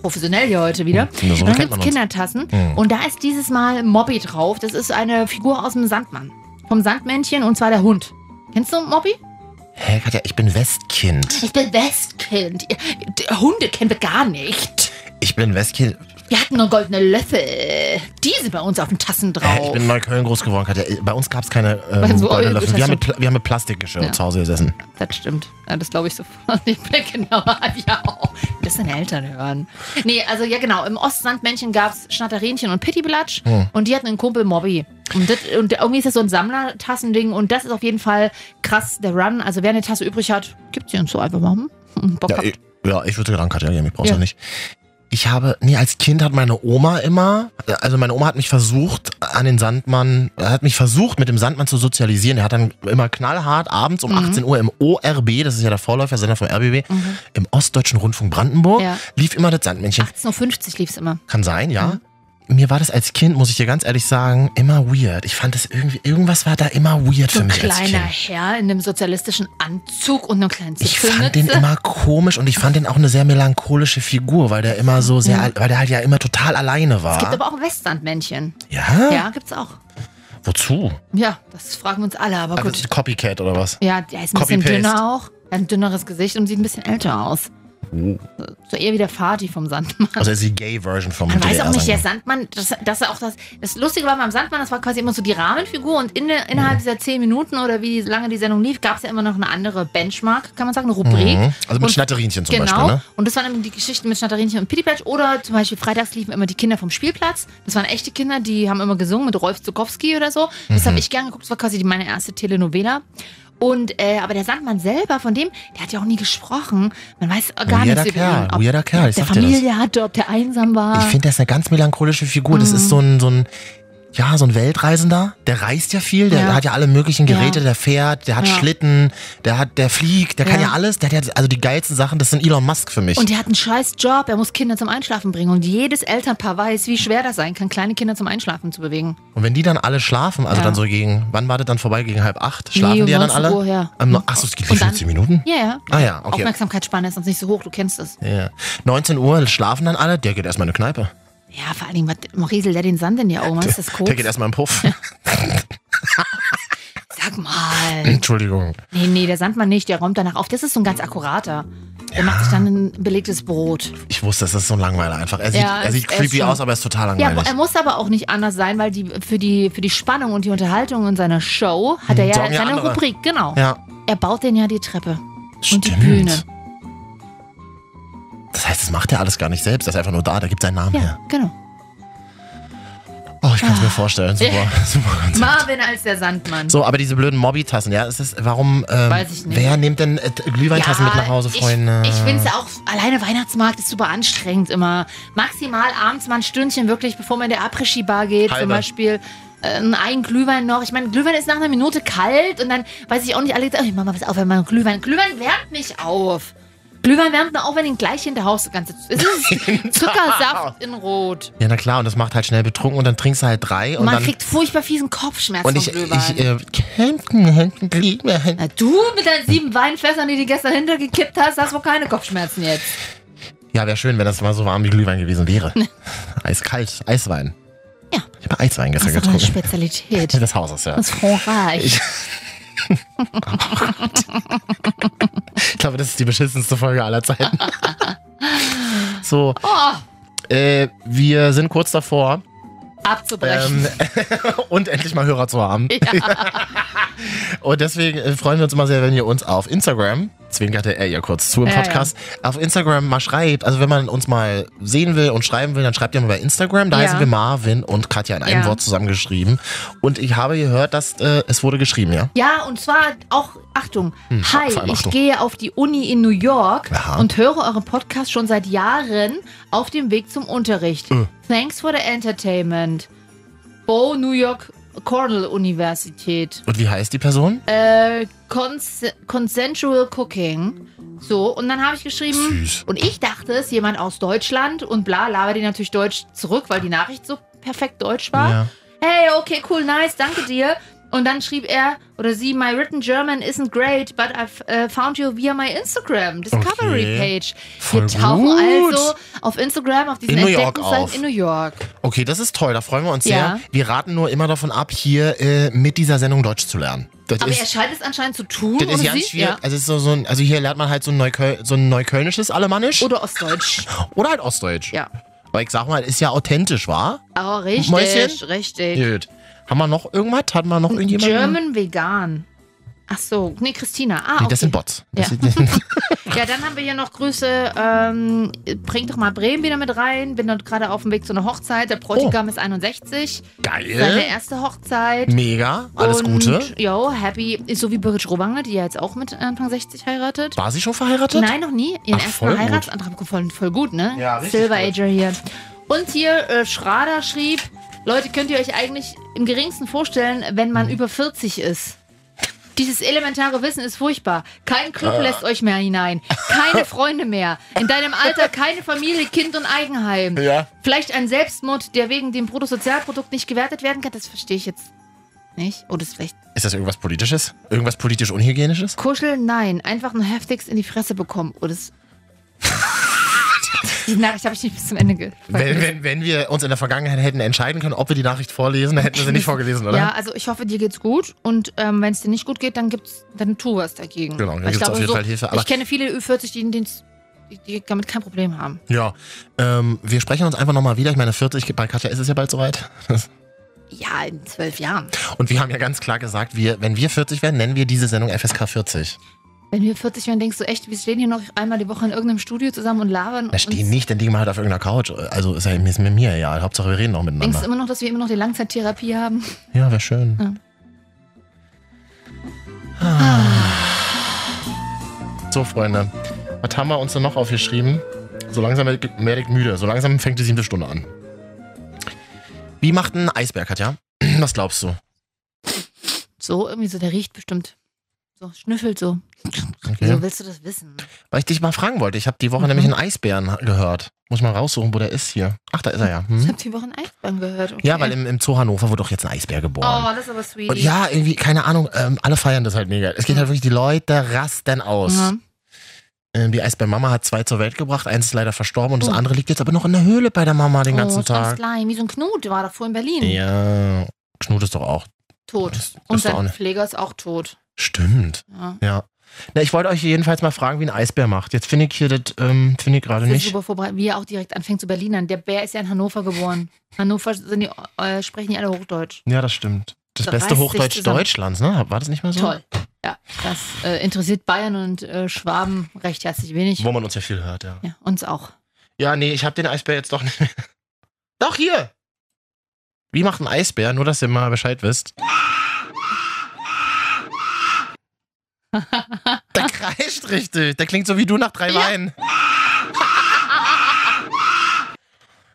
Professionell hier heute wieder. so und dann kennt gibt's man uns. Mhm. Kindertassen. Und da ist dieses Mal Mobby drauf. Das ist eine Figur aus dem Sandmann. Vom Sandmännchen und zwar der Hund. Kennst du Mobby? Hä, Katja, ich bin Westkind. Ich bin Westkind. Ihr- Hunde kennen wir gar nicht. Ich bin Westkind. Wir hatten nur goldene Löffel. Die sind bei uns auf den Tassen drauf. Hä, ich bin in Neukölln groß geworden, Katja. Bei uns gab es keine ähm, Also, oh, goldenen gut, Löffel. hast Wir haben, mit, du- Pla- wir haben mit Plastikgeschirr Ja. zu Hause gesessen. Das stimmt. Ja, das glaube ich sofort. Ich bin <laughs> genau. Ja, oh, das deine Eltern hören. Nee, also ja genau. Im Ostsandmännchen gab es Schnatterinchen und Pittiblatsch. Hm. Und die hatten einen Kumpel Mobby. Und, das, und irgendwie ist das so ein Sammlertassending. Und das ist auf jeden Fall krass, der Run. Also wer eine Tasse übrig hat, gibt sie uns so einfach mal. Hm, Bock Ja, eh. habt. ich, ja, ich würde sagen, Katja, ja, mich brauchst du Ja. nicht. Ich habe, nee, als Kind hat meine Oma immer, also meine Oma hat mich versucht, an den Sandmann, hat mich versucht, mit dem Sandmann zu sozialisieren. Er hat dann immer knallhart abends Mhm. um 18 Uhr im ORB, das ist ja der Vorläufersender vom RBB, im Ostdeutschen Rundfunk Brandenburg, Ja. lief immer das Sandmännchen. 18.50 Uhr lief es immer. Kann sein, Mhm. ja. Mir war das als Kind, muss ich dir ganz ehrlich sagen, immer weird. Ich fand das irgendwie, irgendwas war da immer weird So für ein mich als kleiner Kind. Herr in einem sozialistischen Anzug und einem kleinen Ich fand den immer komisch und ich fand den auch eine sehr melancholische Figur, weil der immer so sehr, weil der halt ja immer total alleine war. Es gibt aber auch ein Westsandmännchen. ja? Ja, gibt's auch. Wozu? Ja, das fragen wir uns alle, aber Also gut. ist ein Copycat oder was? Ja, der ist ein Copy bisschen paste. dünner auch. Er hat ein dünneres Gesicht und sieht ein bisschen älter aus. Oh. So eher wie der Fati vom Sandmann. Also ist die Gay-Version vom Man weiß auch nicht, der DDR-Sandmann. Sandmann, das, das, ist auch das, das Lustige war beim Sandmann, das war quasi immer so die Rahmenfigur und in, innerhalb dieser zehn Minuten oder wie lange die Sendung lief, gab es ja immer noch eine andere Benchmark, kann man sagen, eine Rubrik. Mhm. Also mit Und- Schnatterinchen zum genau. Beispiel, ne? Und das waren eben die Geschichten mit Schnatterinchen und Pittiplatsch. Oder zum Beispiel freitags liefen immer die Kinder vom Spielplatz. Das waren echte Kinder, die haben immer gesungen mit Rolf Zukowski oder so. Das Mhm. habe ich gern geguckt. Das war quasi die- meine erste Telenovela. Und, äh, aber der Sandmann selber, von dem, der hat ja auch nie gesprochen. Man weiß gar Weirder nichts über Kerl, ihn. Ob weirder Kerl, ich der sag dir das. Familie hatte, ob der einsam war. Ich finde, der ist eine ganz melancholische Figur. Das Mhm. ist so ein, so ein, ja, so ein Weltreisender. Der reist ja viel, der Ja. hat ja alle möglichen Geräte, Ja. der fährt, der hat Ja. Schlitten, der hat, der fliegt, der kann Ja. ja alles. Der hat ja, also die geilsten Sachen, das sind Elon Musk für mich. und der hat einen scheiß Job, er muss Kinder zum Einschlafen bringen. Und jedes Elternpaar weiß, wie schwer das sein kann, kleine Kinder zum Einschlafen zu bewegen. Und wenn die dann alle schlafen, also Ja. dann so gegen, wann war das dann vorbei? Gegen halb acht? Schlafen Nee, um die ja dann 19 alle? Uhr, ja. Ähm, no- Achso, es geht Und dann- 15 Minuten? Ja, ja. Ah ja, okay. Aufmerksamkeitsspanne ist sonst nicht so hoch, du kennst das. Ja. 19 Uhr schlafen dann alle, der geht erstmal in eine Kneipe. Ja, vor allen Dingen, was rieselt der den Sand in die Augen? Was ist das Koks? Der geht erstmal im Puff. Sag mal. <laughs> Entschuldigung. Nee, nee, der Sandmann nicht, der räumt danach auf. Das ist so ein ganz akkurater. Der macht sich dann ein belegtes Brot. Ich wusste, das ist so ein Langweiler einfach. Er sieht, Ja, er sieht er ist creepy schon- aus, aber er ist total Ja, langweilig. er muss aber auch nicht anders sein, weil die, für, die, für die Spannung und die Unterhaltung in seiner Show hat er ja Hm, sorgen ja seine andere. Rubrik, genau. Ja, Er baut den ja die Treppe. stimmt. die Bühne. Das heißt, das macht er alles gar nicht selbst. Er ist einfach nur da, der gibt seinen Namen Ja, Ah. her. genau. Oh, ich kann es mir vorstellen. Super, <laughs> super Konzept. Marvin als der Sandmann. So, aber diese blöden Mobby-Tassen, ja, es ist, warum, ähm, Weiß ich nicht. wer nimmt denn äh, Glühweintassen mit nach Hause, Freunde? Ich, ich finde es auch, alleine Weihnachtsmarkt ist super anstrengend immer. Maximal abends mal ein Stündchen wirklich, bevor man in der Après-Ski-Bar geht, zum Halbe. Beispiel äh, einen Glühwein noch. Ich meine, Glühwein ist nach einer Minute kalt und dann weiß ich auch nicht, alle sagen, oh, ich mach mal was auf, wenn man Glühwein. Glühwein wärmt nicht auf. Glühwein wärmt nur auf, wenn ihn gleich hinter Haus das ganze es <laughs> ist Zuckersaft in Rot. Ja, na klar, und das macht halt schnell betrunken und dann trinkst du halt drei und Man dann. kriegt furchtbar fiesen Kopfschmerz Und vom ich, Glühwein. ich, äh, Kämpfen, Kämpfen, Glühwein. Na, du mit deinen sieben Weinfässern, die du gestern hintergekippt hast, hast wohl keine Kopfschmerzen jetzt. Ja, wäre schön, wenn das mal so warm wie Glühwein gewesen wäre. Eiskalt, Eiswein. Ja. Ich habe Eiswein gestern Das ist eine getrunken. <laughs> Spezialität. Des Hauses, ja. Das Frankreich. Ich- Ich glaube, das ist die beschissenste Folge aller <laughs> Zeiten. so, Oh, äh, wir sind kurz davor, abzubrechen. ähm, und endlich mal Hörer zu haben. <laughs> und deswegen äh, freuen wir uns immer sehr, wenn ihr uns auf Instagram, deswegen hatte er ja kurz zu im Ja, Podcast, auf Instagram mal schreibt. Also wenn man uns mal sehen will und schreiben will, dann schreibt ihr mal bei Instagram. Da Ja. heißen wir Marvin und Katja in einem Ja. Wort zusammengeschrieben. Und ich habe gehört, dass äh, es wurde geschrieben, ja? ja, und zwar auch, Achtung, hi, Hm, vor allem ich Achtung. gehe auf die Uni in New York Aha. und höre euren Podcast schon seit Jahren Äh. auf dem Weg zum Unterricht. Thanks for the entertainment. Bo New York Cornell-Universität. Und wie heißt die Person? Äh, cons consensual Cooking. So, und dann habe ich geschrieben. Süß. Und ich dachte, es ist jemand aus Deutschland und bla, laber die natürlich Deutsch zurück, weil die Nachricht so perfekt deutsch war. Ja. Hey, okay, cool, nice, danke dir. Und dann schrieb er oder sie, my written German isn't great, but I've äh, found you via my Instagram Discovery Okay. Page. Voll Wir tauchen gut. also auf Instagram auf diesen In New York auf. Entdeckungsseiten in New York. Okay, das ist toll, da freuen wir uns Ja. sehr. Wir raten nur immer davon ab, hier äh, mit dieser Sendung Deutsch zu lernen. Das Aber er ist, scheint es anscheinend zu tun. das ist oder ganz sie? schwierig. Also, es ist so, so ein, also hier lernt man halt so ein, Neuköl so ein neuköllnisches Alemannisch Ja. oder, Oder Ostdeutsch. halt Ostdeutsch. Ja. Weil ich sag mal, ist ja authentisch, war? Oh, richtig, Mäuschen? richtig. Gut. Haben wir noch irgendwas? Hatten wir noch irgendjemanden? German vegan. Ach so, nee, Christina. Ah, Nee, okay. das sind Bots. Das Ja. sind, <laughs> Ja, dann haben wir hier noch Grüße. Ähm, bringt doch mal Bremen wieder mit rein. Bin dort gerade auf dem Weg zu einer Hochzeit. Der Oh. Bräutigam ist 61. Seine geil. erste Hochzeit. Mega. Alles Und, Gute. Jo, happy. Ist So wie Birgit Schrobange, die ja jetzt auch mit Anfang 60 heiratet. War sie schon verheiratet? Nein, noch nie. Ihren Ach, ersten voll gut. Heiratsantrag voll, voll gut, ne? Ja, richtig Silver gut. Ager hier. Und hier äh, Schrader schrieb, Leute, könnt ihr euch eigentlich im geringsten vorstellen, wenn Hm. man über 40 ist? Dieses elementare Wissen ist furchtbar. Kein Club Ah. lässt euch mehr hinein. Keine Freunde mehr. In deinem Alter keine Familie, Kind und Eigenheim. Ja. Vielleicht ein Selbstmord, der wegen dem Bruttosozialprodukt nicht gewertet werden kann. Das verstehe ich jetzt nicht. Oder ist vielleicht Ist das irgendwas Politisches? Irgendwas politisch Unhygienisches? Kuscheln, nein. Einfach nur heftigst in die Fresse bekommen. Oh, das. <laughs> die Nachricht habe ich nicht bis zum Ende ge. Wenn, wenn, wenn wir uns in der Vergangenheit hätten entscheiden können, ob wir die Nachricht vorlesen, dann hätten wir sie nicht vorgelesen, oder? Ja, also ich hoffe, dir geht's gut. Und ähm, wenn es dir nicht gut geht, dann gibt's, dann tu was dagegen. Genau, dann Weil ich gibt's auf glaube, jeden Fall Hilfe, aber- ich kenne viele Ü40, die, die's- die, die damit kein Problem haben. Ja. Ähm, wir sprechen uns einfach nochmal wieder. Ich meine, 40, bei Katja ist es ja bald soweit. <laughs> Ja, in zwölf Jahren. Und wir haben ja ganz klar gesagt, wir, wenn wir 40 werden, nennen wir diese Sendung FSK 40. Wenn wir 40 werden, denkst du echt, wir stehen hier noch einmal die Woche in irgendeinem Studio zusammen und labern. Da stehen nicht, dann liegen wir halt auf irgendeiner Couch. Also ist ja ist mir, mir ja. Hauptsache wir reden noch Denkst du miteinander. immer noch, dass wir immer noch die Langzeittherapie haben? Ja, wäre schön. Ah. So, Freunde. Was haben wir uns denn noch aufgeschrieben? So langsam werde ich müde. So langsam fängt die siebte Stunde an. Wie macht ein Eisberg, Katja? <clears throat> Was glaubst du? So, irgendwie so, der riecht bestimmt. So, schnüffelt so. Okay. Wieso willst du das wissen? Weil ich dich mal fragen wollte. Ich habe die Woche Mhm. nämlich einen Eisbären gehört. Muss mal raussuchen, wo der ist hier. Ach, da ist er ja. Ich Hm? habe die Woche einen Eisbären gehört. Okay. Ja, weil im, im Zoo Hannover wurde doch jetzt ein Eisbär Oh, geboren. das ist aber sweet. Und ja, irgendwie, keine Ahnung, ähm, alle feiern das halt mega. Es Mhm. geht halt wirklich, die Leute rasten aus. Ja. Ähm, die Eisbärmama hat zwei zur Welt gebracht. Eins ist leider verstorben und das andere liegt jetzt aber noch in der Höhle bei der Mama den ganzen oh, ist Ganz Tag. klein, wie so ein Knut war da vor in Berlin. Ja, Knut ist doch auch. Tot. Ist, Und ist doch auch sein nicht. Pfleger ist auch tot. Stimmt. Ja. Ja. Na, ich wollte euch jedenfalls mal fragen, wie ein Eisbär macht. Jetzt finde ich hier das, ähm, finde ich gerade Das ist nicht. super vorbereitet, wie er auch direkt anfängt zu Berlinern. Der Bär ist ja in <laughs> Hannover geboren. Hannover sind die, äh, sprechen die alle Hochdeutsch. Ja, das stimmt. Das Da beste reißt sich Hochdeutsch zusammen. Deutschlands, ne? War das nicht mal so? Toll. Ja, das äh, interessiert Bayern und äh, Schwaben recht herzlich wenig. Wo man uns ja viel hört, ja. Ja, uns auch. Ja, nee, ich habe den Eisbär jetzt doch nicht mehr. Doch, hier! Wie macht ein Eisbär? Nur, dass ihr mal Bescheid <laughs> wisst. Der kreischt richtig. Der klingt so wie du nach drei Weinen.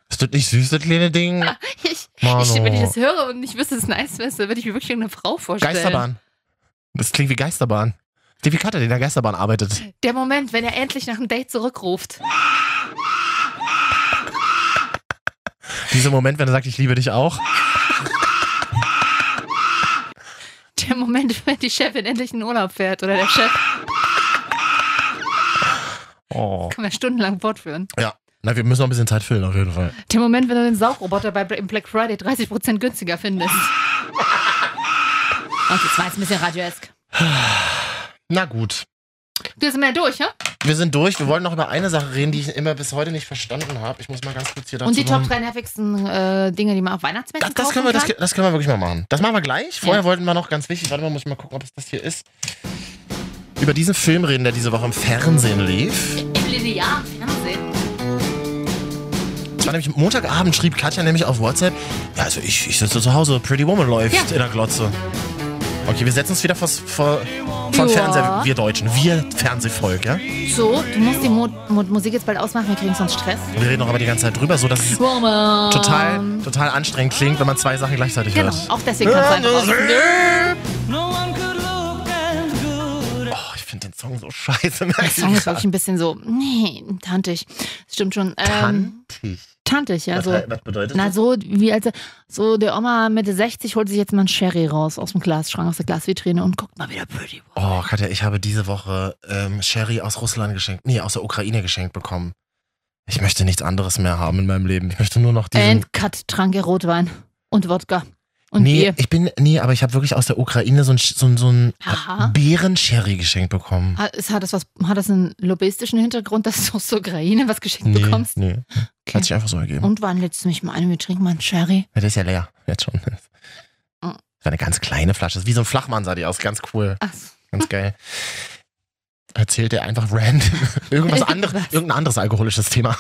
Ist das nicht süß, das kleine Ding? <laughs> Ich, ich, Manu. wenn ich das höre und ich wüsste, dass es ein Eisbär ist, dann würde ich mir wirklich eine Frau vorstellen. Geisterbahn. Das klingt wie Geisterbahn. Die wie Katja, die in der Geisterbahn arbeitet. Der Moment, wenn er endlich nach einem Date zurückruft. Dieser Moment, wenn er sagt, ich liebe dich auch. Der Moment, <laughs> wenn die Chefin endlich in den Urlaub fährt oder der <laughs> Chef. Oh. Kann man stundenlang fortführen. Na, wir müssen noch ein bisschen Zeit füllen, auf jeden Fall. Der Moment, wenn du den Saugroboter bei im Black Friday 30% günstiger <laughs> findest. Und jetzt war jetzt ein bisschen radioesk. Na gut. Du sind wir durch, ja? Wir sind durch. Wir wollen noch über eine Sache reden, die ich immer bis heute nicht verstanden habe. Ich muss mal ganz kurz hier dazu Und die Top kommen. 3 nervigsten äh, Dinge, die man auf Weihnachtsmärkten das, das, kaufen können wir, das, kann. das können wir wirklich mal machen. Das machen wir gleich. Vorher Ja. wollten wir noch ganz wichtig, warte mal, muss ich mal gucken, ob es das hier ist. Über diesen Film reden, der diese Woche im Fernsehen lief. Im linearen Fernsehen. Es war nämlich Montagabend, schrieb Katja nämlich auf WhatsApp, ja, also ich, ich sitze zu Hause, Pretty Woman läuft Ja. in der Glotze. Okay, wir setzen uns wieder vors, vor, vor den Ja. Fernseher. Wir Deutschen. Wir Fernsehvolk, ja? So, du musst die Mo Mo Musik jetzt bald ausmachen, wir kriegen sonst Stress. Und wir reden auch aber die ganze Zeit drüber, so dass es Woman. total, total anstrengend klingt, wenn man zwei Sachen gleichzeitig Genau, hört. auch deswegen kannst du einfach raus. Oh, ich finde den Song so scheiße. Der Song ist wirklich ein bisschen so, nee, tantig. Das stimmt schon. Ähm, Tantig. tantig, also ja, Was, so. was bedeutet Na, das? so wie als so der Oma Mitte 60 holt sich jetzt mal ein Sherry raus aus dem Glasschrank, aus der Glasvitrine und guckt mal wieder Pretty Woman. Oh, Katja, ich habe diese Woche ähm, Sherry aus Russland geschenkt. Nee, aus der Ukraine geschenkt bekommen. Ich möchte nichts anderes mehr haben in meinem Leben. Ich möchte nur noch diesen. And cut trank er Rotwein und Wodka und nee, Bier. ich bin. Nee, aber ich habe wirklich aus der Ukraine so ein, Sch- so ein, so ein Aha. Ah, Beeren-Sherry geschenkt bekommen. Hat, ist- hat das was, hat das einen lobbyistischen Hintergrund, dass du aus der Ukraine was geschenkt Nee, bekommst? nee. Okay. Hat sich einfach so ergeben. Und wann lädst du mich mal ein? Wir trinken mal einen Sherry. Ja, das ist ja leer. Jetzt schon. Oh. Das Mhm. war eine ganz kleine Flasche. Das ist Wie so ein Flachmann sah die aus. Ganz cool. Ach, so. Ganz geil. Erzählt er einfach random irgendwas anderes, Irgendwas. irgendein anderes alkoholisches Thema.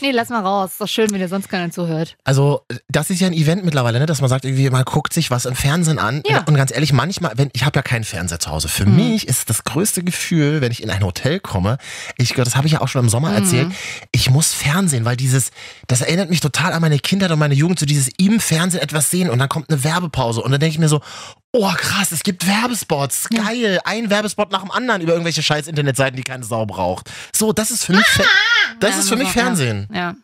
nee, lass mal raus. Ist doch schön, wenn dir sonst keiner zuhört. Also, das ist ja ein Event mittlerweile, ne? dass man sagt, irgendwie, man guckt sich was im Fernsehen an. Ja. Und ganz ehrlich, manchmal, wenn ich habe ja keinen Fernseher zu Hause. Für Mhm. mich ist das größte Gefühl, wenn ich in ein Hotel komme, ich das habe ich ja auch schon im Sommer Mhm. erzählt, ich muss Fernsehen, weil dieses, das erinnert mich total an meine Kindheit und meine Jugend, so dieses im Fernsehen etwas sehen und dann kommt eine Werbepause und dann denke ich mir so, oh krass, es gibt Werbespots, Ja. geil, ein Werbespot nach dem anderen über irgendwelche scheiß Internetseiten, die keine Sau braucht. So, das ist für mich, Fe- das Ja, ist für mich muss auch, ja. Fernsehen. Ja.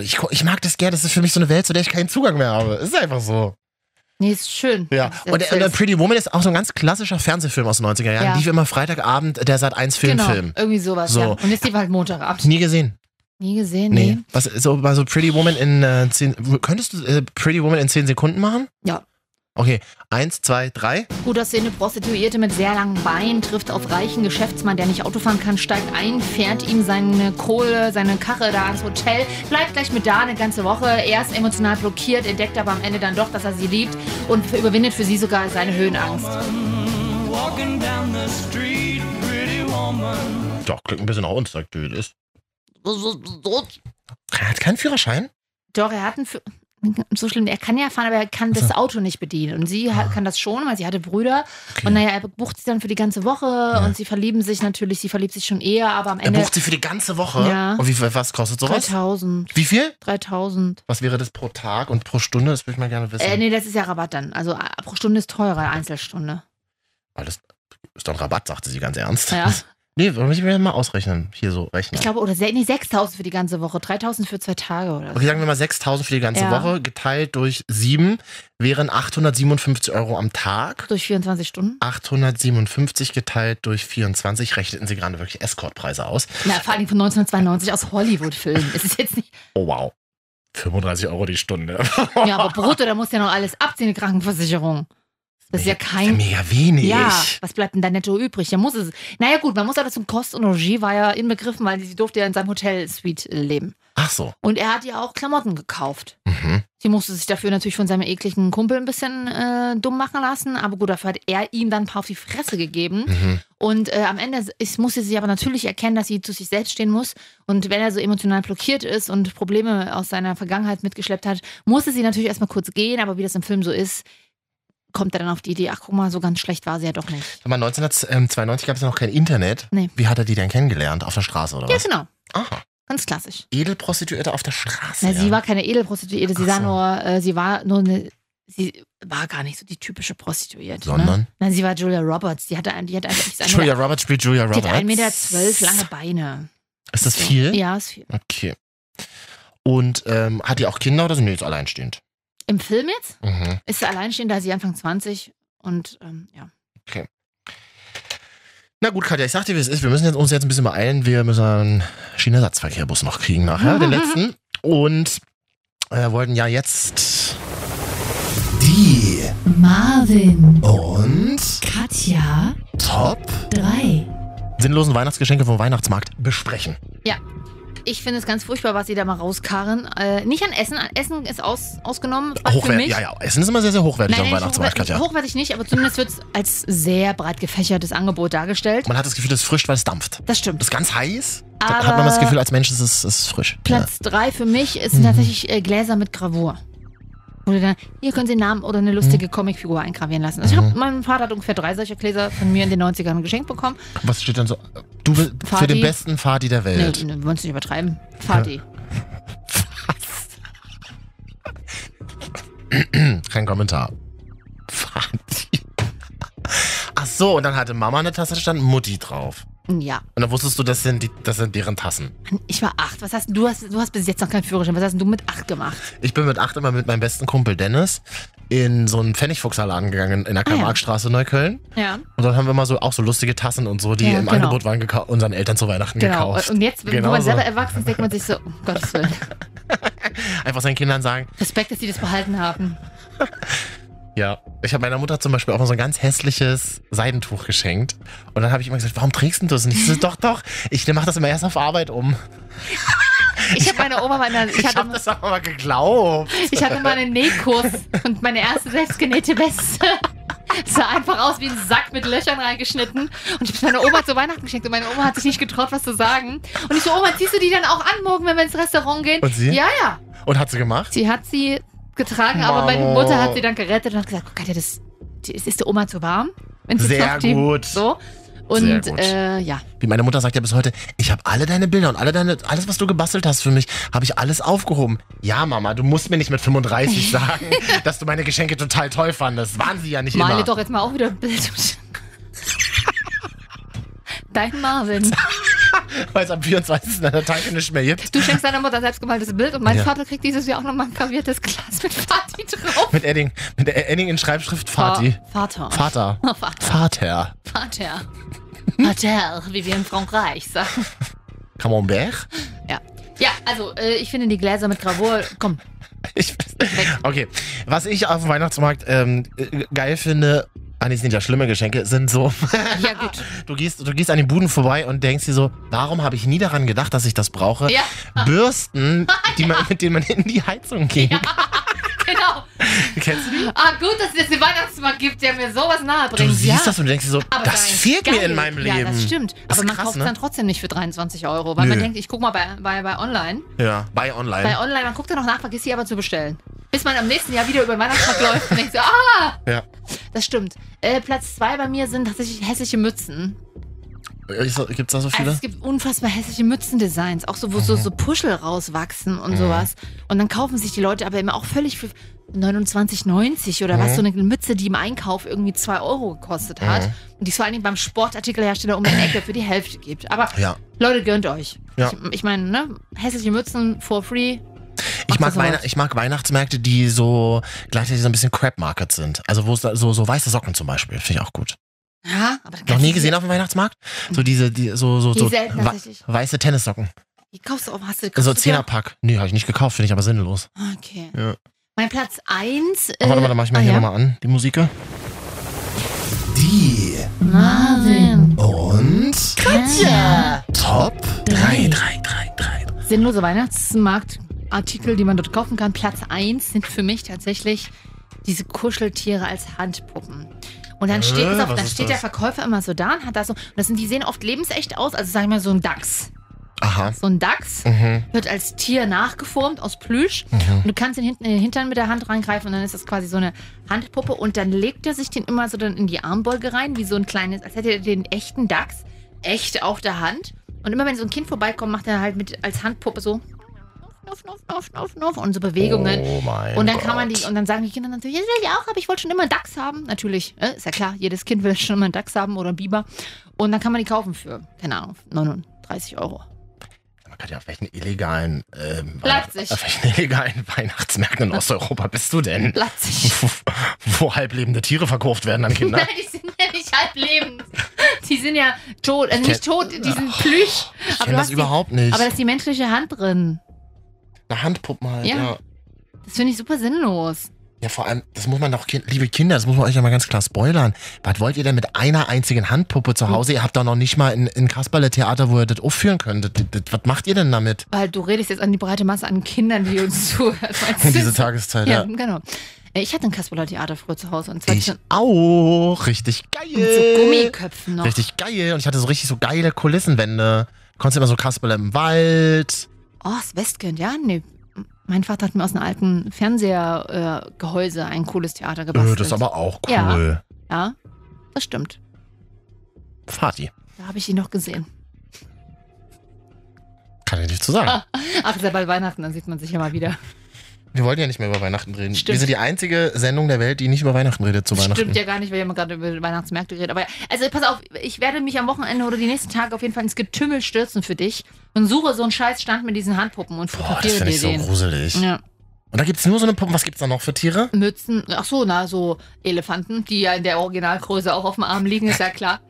Ich, gu- ich mag das gerne, das ist für mich so eine Welt, zu der ich keinen Zugang mehr habe. Ist einfach so. Nee, ist schön. Ja. dass du Und, äh, und erzählst. Pretty Woman ist auch so ein ganz klassischer Fernsehfilm aus den 90er Jahren. Ja. Lief immer Freitagabend äh, der Sat 1 genau, Filmfilm. irgendwie sowas. So. Ja. Und jetzt die halt Montagabend. Nie gesehen. Nie gesehen, Nee. nee. Was, so, war so Pretty Woman in äh, 10. Könntest du äh, Pretty Woman in 10 Sekunden machen? Ja. Okay. Eins, zwei, drei. Gut aussehende Prostituierte mit sehr langen Beinen trifft auf reichen Geschäftsmann, der nicht Auto fahren kann, steigt ein, fährt ihm seine Kohle, seine Karre da ans Hotel, bleibt gleich mit da eine ganze Woche. Er ist emotional blockiert, entdeckt aber am Ende dann doch, dass er sie liebt und überwindet für sie sogar seine Höhenangst. Doch, klingt ein bisschen nach uns, sagt Dödis. Er hat keinen Führerschein. Doch, er hat einen Fü- so schlimm, er kann ja fahren, aber er kann das Auto nicht bedienen. Und sie ha- kann das schon, weil sie hatte Brüder. Ah. Okay. Und naja, er bucht sie dann für die ganze Woche und sie verlieben sich natürlich, sie verliebt sich schon eher, aber am Er Ende bucht sie für die ganze Woche. Ja. Und wie viel, was kostet sowas? 3000. Wie viel? 3000. Was wäre das pro Tag und pro Stunde? Das würde ich mal gerne wissen. Äh, nee, das ist ja Rabatt dann. Also äh, pro Stunde ist teurer, Einzelstunde. Weil das ist doch ein Rabatt, sagte sie ganz ernst. Ja. <laughs> Nee, wollen wir mal ausrechnen? Hier so rechnen. Ich glaube, oder se- nee, 6000 für die ganze Woche, 3000 für zwei Tage oder so. okay, sagen wir mal 6000 für die ganze Ja. Woche, geteilt durch 7 wären 857 Euro am Tag. Durch 24 Stunden. 857 geteilt durch 24 rechneten sie gerade wirklich Escortpreise aus. Na, vor allem von 1992 aus Hollywood-Filmen. Es ist jetzt nicht. <laughs> Oh wow. 35 Euro die Stunde. Ja, aber Brutto, da muss ja noch alles abziehen, die Krankenversicherung. Das ist ja kein. Mega wenig. Ja, was bleibt denn da netto übrig? Da muss es. Naja, gut, man muss aber zum Kost und Logis war ja inbegriffen, weil sie durfte ja in seinem Hotel-Suite äh, leben. Ach so. Und er hat ja auch Klamotten gekauft. Mhm. Sie musste sich dafür natürlich von seinem ekligen Kumpel ein bisschen äh, dumm machen lassen, aber gut, dafür hat er ihm dann ein paar auf die Fresse gegeben. Mhm. Und äh, am Ende ist, musste sie aber natürlich erkennen, dass sie zu sich selbst stehen muss. Und wenn er so emotional blockiert ist und Probleme aus seiner Vergangenheit mitgeschleppt hat, musste sie natürlich erstmal kurz gehen, aber wie das im Film so ist, kommt er dann auf die Idee, ach guck mal, so ganz schlecht war sie ja doch nicht. Sag mal, 1992 gab es ja noch kein Internet. Nee. Wie hat er die denn kennengelernt? Auf der Straße oder Ja, was? genau. Aha. Ganz klassisch. Edelprostituierte auf der Straße. Na, ja. Sie war keine Edelprostituierte, sie Ach sah so. nur, äh, sie war nur eine, sie war gar nicht so die typische Prostituierte. Ne? Sondern? Nein, sie war Julia Roberts. Die hatte, ein, die hatte einfach die ist eine- Julia Roberts spielt Julia die Roberts. hat 1,12 Meter zwölf lange Beine. Ist das viel? Ja, ist viel. Okay. Und ähm, hat die auch Kinder oder so? Nee, ist alleinstehend. Im Film jetzt Mhm. ist sie alleinstehend, da ist sie Anfang 20 und ähm, ja. Na gut, Katja, ich sag dir, wie es ist. Wir müssen jetzt, uns jetzt ein bisschen beeilen. Wir müssen einen Schienenersatzverkehrbus noch kriegen nachher, den <laughs> letzten. Und äh, wollten ja jetzt die Marvin, und Katja, top 3. sinnlosen Weihnachtsgeschenke vom Weihnachtsmarkt besprechen. Ja. Ich finde es ganz furchtbar, was sie da mal rauskarren. Äh, nicht an Essen. An Essen ist aus, ausgenommen. für Hochwertig. mich. Ja, ja. Essen ist immer sehr, sehr hochwertig Nein, am nein, nicht Weihnachtsmarkt, hochwertig, Katja. hochwertig nicht, aber zumindest wird es als sehr breit gefächertes Angebot dargestellt. Man hat das Gefühl, das ist frisch, weil es dampft. Das stimmt. Das ist ganz heiß. Aber- da hat man das Gefühl, als Mensch, es ist, es ist frisch. Mhm. Platz drei für mich ist tatsächlich äh, Gläser mit Gravur. Oder dann, hier können Sie einen Namen oder eine lustige Comicfigur eingravieren lassen. Also ich hab, mein Vater hat ungefähr drei solcher Gläser von mir in den 90ern geschenkt bekommen. Was steht dann so? Du willst für Fadi. den besten Fadi der Nee, Welt. nee, wollen Sie nicht übertreiben. Fadi. Kein Kommentar. Fadi. Ach so, und dann hatte Mama eine Tasse, da stand Mutti drauf. Ja. Und dann wusstest du, das sind, die, das sind deren Tassen. Mann, Ich war acht. Was hast denn- du? Hast, du hast bis jetzt noch keinen Führerschein. Was hast denn du mit acht gemacht? Ich bin mit acht immer mit meinem besten Kumpel Dennis in so einen Pfennigfuchserladen gegangen in der Ah, ja. Karl-Marx-Straße Neukölln. Ja. Und dann haben wir mal so auch so lustige Tassen und so, die Ja, im genau. Angebot waren, gekau- unseren Eltern zu Weihnachten Genau. gekauft. Und jetzt, Genau wo man so. selber erwachsen ist, denkt man sich so, um Gottes <laughs> Willen. Einfach seinen Kindern sagen, Respekt, dass die das behalten haben. ja. Ich habe meiner Mutter zum Beispiel auch mal so ein ganz hässliches Seidentuch geschenkt. Und dann habe ich immer gesagt, warum trägst denn du es nicht? Sie so, doch, doch, ich mache das immer erst auf Arbeit um. Ich habe meine Oma, meine, <laughs> ich Ich hatte, habe das aber mal geglaubt. ich hatte mal einen Nähkurs und meine erste selbstgenähte Weste. Sah einfach aus wie ein Sack mit Löchern reingeschnitten. Und ich habe meiner Oma zu Weihnachten geschenkt und meine Oma hat sich nicht getraut, was zu sagen. Und ich so, Oma, ziehst du die dann auch an morgen, wenn wir ins Restaurant gehen? Und sie? Ja, ja. Und hat sie gemacht? Sie hat sie getragen, aber meine Wow. Mutter hat sie dann gerettet und hat gesagt, guck, Katja, das, die- es ist der Oma zu warm? Wenn sie Sehr kocht, die- gut. So. Und Sehr gut. Äh, ja, Wie meine Mutter sagt ja bis heute, ich habe alle deine Bilder und alle deine, alles, was du gebastelt hast für mich, habe ich alles aufgehoben. Ja, Mama, du musst mir nicht mit 35 <laughs> sagen, dass du meine Geschenke total toll fandest. Waren sie ja nicht male immer. doch jetzt mal auch wieder ein Bild. <laughs> Dein Marvin. Weil es am 24. an der Tanke nicht mehr gibt. Du schenkst deiner Mutter selbstgemaltes Bild und mein Ja. Vater kriegt dieses Jahr auch nochmal ein graviertes Glas mit Vati drauf. Mit Edding, mit der Edding in Schreibschrift Fati. Vater. Vater. Oh, <laughs> Vater. Vater. Vater. Hm? Vater, wie wir in Frankreich sagen. Camembert? Ja, ja also äh, ich finde die Gläser mit Gravur, komm, Ich weiß. Okay. Was ich auf dem Weihnachtsmarkt ähm, äh, geil finde, ah, nee, es sind ja schlimme Geschenke, sind so <laughs> ja gut. Du gehst, du gehst an den Buden vorbei und denkst dir so, warum habe ich nie daran gedacht, dass ich das brauche? Ja. <laughs> Bürsten, die man, mit denen man in die Heizung geht. Genau. Kennst du die? Ah, gut, dass es jetzt den Weihnachtsmarkt gibt, der mir sowas nahe Du bringt. siehst ja. das und denkst dir so, Aber das geil. fehlt mir Geil. in meinem Leben. Ja, das stimmt. Das Aber ist man krass, kauft es ne? dann trotzdem nicht für 23 Euro, weil Nö. man denkt, ich guck mal bei, bei, bei Online. Ja, bei online. Bei Online, man guckt dann noch nach, vergisst sie aber zu bestellen. Bis man am nächsten Jahr wieder über den Weihnachtsmarkt läuft und denkt so, ah! Ja. Das stimmt. Äh, Platz zwei bei mir sind tatsächlich hässliche Mützen. Äh, Ist da- Gibt's da so Also viele? es gibt unfassbar hässliche Mützendesigns, auch so, wo Mhm. so, so Puschel rauswachsen und sowas. Und dann kaufen sich die Leute aber immer auch völlig für 29,90 oder Mhm. was, so eine Mütze, die im Einkauf irgendwie 2 Euro gekostet hat. Und die es vor allen Dingen beim Sportartikelhersteller um die Ecke für die Hälfte gibt. Aber Ja. Leute, gönnt euch. Ja. Ich, ich meine, ne? hässliche Mützen for free. Ich Macht mag, das mal. Weihn ich mag Weihnachtsmärkte, die so gleichzeitig so ein bisschen Crap Market sind. Also wo es da so, so weiße Socken zum Beispiel, finde ich auch gut. Ja, aber dann Noch nie gesehen auf dem Weihnachtsmarkt? So diese, die, so, so, Mhm. Die so selten wa- tatsächlich. weiße Tennissocken. Die kaufst du auch, hast du kaufst So du dir- Zehnerpack. Nee, habe ich nicht gekauft, finde ich aber sinnlos. Okay. Ja. Mein Platz 1. Äh, warte mal, dann mach ich mal ah, hier ja. nochmal an, die Musik. Die Marvin, und Katja, Top Drei. 3, 3, 3. Sinnlose Weihnachtsmarktartikel, die man dort kaufen kann. Platz 1 sind für mich tatsächlich diese Kuscheltiere als Handpuppen. Und dann steht, Äh, es auf, was dann ist steht das? der Verkäufer immer so da und hat da so. Und das sind, die sehen oft lebensecht aus. Also sagen wir mal so ein Dachs. Aha. So ein Dachs Mhm. wird als Tier nachgeformt aus Plüsch. Und du kannst ihn hinten in den Hintern mit der Hand reingreifen und dann ist das quasi so eine Handpuppe. Und dann legt er sich den immer so dann in die Armbeuge rein, wie so ein kleines, als hätte er den echten Dachs echt auf der Hand. Und immer wenn so ein Kind vorbeikommt, macht er halt mit als Handpuppe so nuff, nuff, nuff, nuff, nuff und so Bewegungen. Oh mein Und dann kann man Gott. die, und dann sagen die Kinder natürlich, das will ich auch, aber ich wollte schon immer einen Dachs haben. Natürlich, äh, ist ja klar, jedes Kind will schon immer einen Dachs haben oder einen Biber. Und dann kann man die kaufen für, keine Ahnung, 39 Euro. Man kann ja auf welchen illegalen, ähm, Leipzig. Auf welchen illegalen <laughs> Weihnachtsmärkten <laughs> in Osteuropa bist du denn? <laughs> Leipzig. Wo, wo halblebende Tiere verkauft werden an Kinder. <laughs> Nein, die sind ja nicht halb lebend. Die sind ja tot, also Ich nicht tot, die sind plüsch. Ich Aber du kenne das hast die- überhaupt nicht. Aber da ist die menschliche Hand drin. Eine Handpuppe halt, ja. Ja. ja. Das finde ich super sinnlos. vor allem, das muss man doch, kind, liebe Kinder, das muss man euch ja mal ganz klar spoilern. Was wollt ihr denn mit einer einzigen Handpuppe zu Hause? Ihr habt doch noch nicht mal ein, ein Kasperle-Theater, wo ihr das aufführen könnt. Das, das, was macht ihr denn damit? <laughs> Weil du redest jetzt an die breite Masse an Kindern, die uns <laughs> <laughs> zuhört. Um diese Tageszeit, ja, ja. genau. Äh, Ich hatte ein Kasperler Theater früher zu Hause und zwar Ich mit auch. Richtig geil. so Gummiköpfen noch. Richtig geil. Und ich hatte so richtig so geile Kulissenwände. Konntest immer so Kasperle im Wald. Oh, das Westkind, ja? Nee. Mein Vater hat mir aus einem alten Fernsehergehäuse äh, Gehäuse ein cooles Theater Äh, gebastelt. das ist aber auch Ja. cool. ja, das stimmt. Fati. Da habe ich ihn noch gesehen. Kann ich nicht zu sagen. Ah. Ach, ist ja bald Weihnachten, dann sieht man sich ja mal wieder. Wir wollten ja nicht mehr über Weihnachten reden. Stimmt. Wir sind die einzige Sendung der Welt, die nicht über Weihnachten redet zu Weihnachten. Stimmt ja gar nicht, weil wir haben gerade über Weihnachtsmärkte geredet. Aber ja, also pass auf, ich werde mich am Wochenende oder die nächsten Tage auf jeden Fall ins Getümmel stürzen für dich und suche so einen Scheißstand mit diesen Handpuppen und Boah, das fotografiere finde dir ich so den. gruselig. ja. Und da gibt's nur so eine Puppe. Was gibt's da noch für Tiere? Mützen, ach so, na, so Elefanten, die ja in der Originalgröße auch auf dem Arm liegen, ist <laughs> ja klar.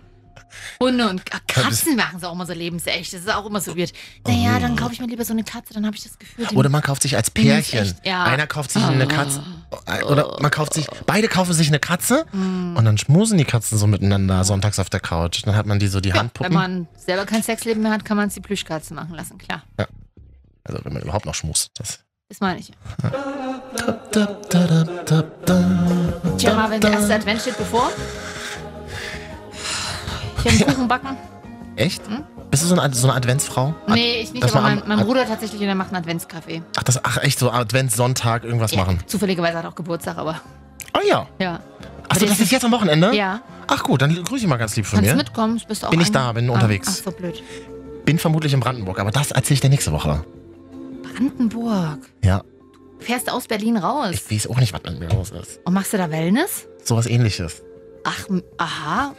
Hunde und Ka- Katzen machen es auch immer so lebensecht. Das ist auch immer so weird. Naja, dann kaufe ich mir lieber so eine Katze, dann habe ich das Gefühl. die- Oh. Oder man kauft sich als Bin ich Pärchen. echt- ja. Einer kauft sich eine Ah. Katze. Oder man kauft sich, beide kaufen sich eine Katze Mm. und dann schmusen die Katzen so miteinander sonntags auf der Couch. Dann hat man die so die ja, wenn Handpuppen. man selber kein Sexleben mehr hat, kann man es die Plüschkatzen machen lassen, klar. also wenn man überhaupt noch schmust. Das. Das meine ich. Da, da, da, da, Hm? da. Tja, Marvin, der erste Advent steht bevor. Ich habe einen Kuchen backen. Echt? Bist du so eine, so eine Adventsfrau? Ad- Nee, ich nicht, dass aber man am- mein, mein Ad- Bruder tatsächlich und er macht einen Adventskaffee. Ach, das, ach echt, so Adventssonntag irgendwas Ja, machen. Zufälligerweise hat er auch Geburtstag, aber Oh ja. ja. Achso, das das ist ist- jetzt am Wochenende? Ja, Ach gut, dann grüße ich mal ganz lieb von kannst mir. mitkommen, bist du auch Bin ich ein- da, bin Ah, unterwegs. Ach, so blöd. Bin vermutlich in Brandenburg, aber das erzähle ich dir nächste Woche. Brandenburg. Ja. Du fährst aus Berlin raus Ich weiß auch nicht, was mit mir los ist. und machst du da Wellness? Sowas ähnliches. Ach, m- aha.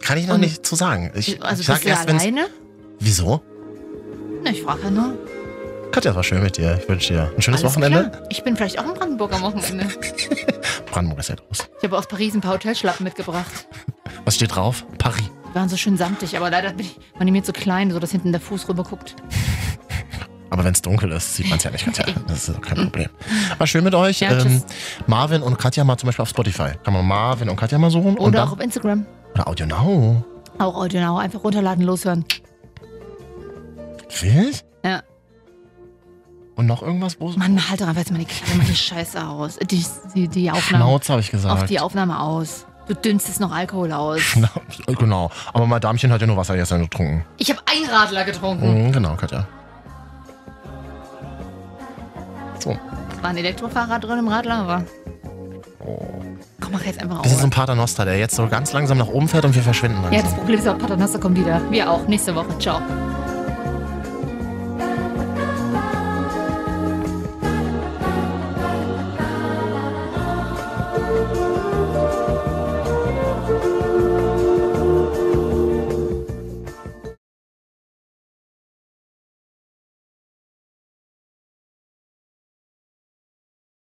Kann ich noch Und- nicht zu sagen. Ich, Also ich bist Hm. sag du da erst, wenn's. alleine? Wieso? Na, ich frage ja nur. Katja, es war schön mit dir. Ich wünsche dir ein schönes Alles Wochenende. Klar. Ich bin vielleicht auch in Brandenburg am Wochenende. Brandenburg ist ja groß. Ich habe aus Paris ein paar Hotelschlappen mitgebracht. Was steht drauf? Paris. Die waren so schön samtig, aber leider bin ich, waren die mir zu klein, so dass hinten der Fuß rüber guckt. Aber wenn es dunkel ist, sieht man es ja nicht, <laughs> Katja. Das ist doch kein Problem. War schön mit euch. Ja, ähm, tschüss. Marvin und Katja mal zum Beispiel auf Spotify. Kann man Marvin und Katja mal suchen. und Oder auch dann, auf Instagram. oder Audio Now. Auch Audio Now. Einfach runterladen, loshören. Wirklich? Ja. Und noch irgendwas? Wo Mann, halt doch einfach jetzt mal die, Klappe, mach die Scheiße aus. Die, die, die Aufnahme. Schnauze, halt. habe ich gesagt. Auf die Aufnahme aus. Du dünstest noch Alkohol aus. Schnauz, <laughs> genau. Aber mein Dämchen hat ja nur Wasser gestern getrunken. Ich habe einen Radler getrunken. Mhm, genau, Katja. So. War ein Elektrofahrer drin im Radler, aber. Komm, mach jetzt einfach Oh. Das ist so auf. ein Paternoster, der jetzt so ganz langsam nach oben fährt und wir verschwinden Ja, langsam. das Problem ist auch, Paternoster kommt wieder. Wir auch. Nächste Woche. Ciao.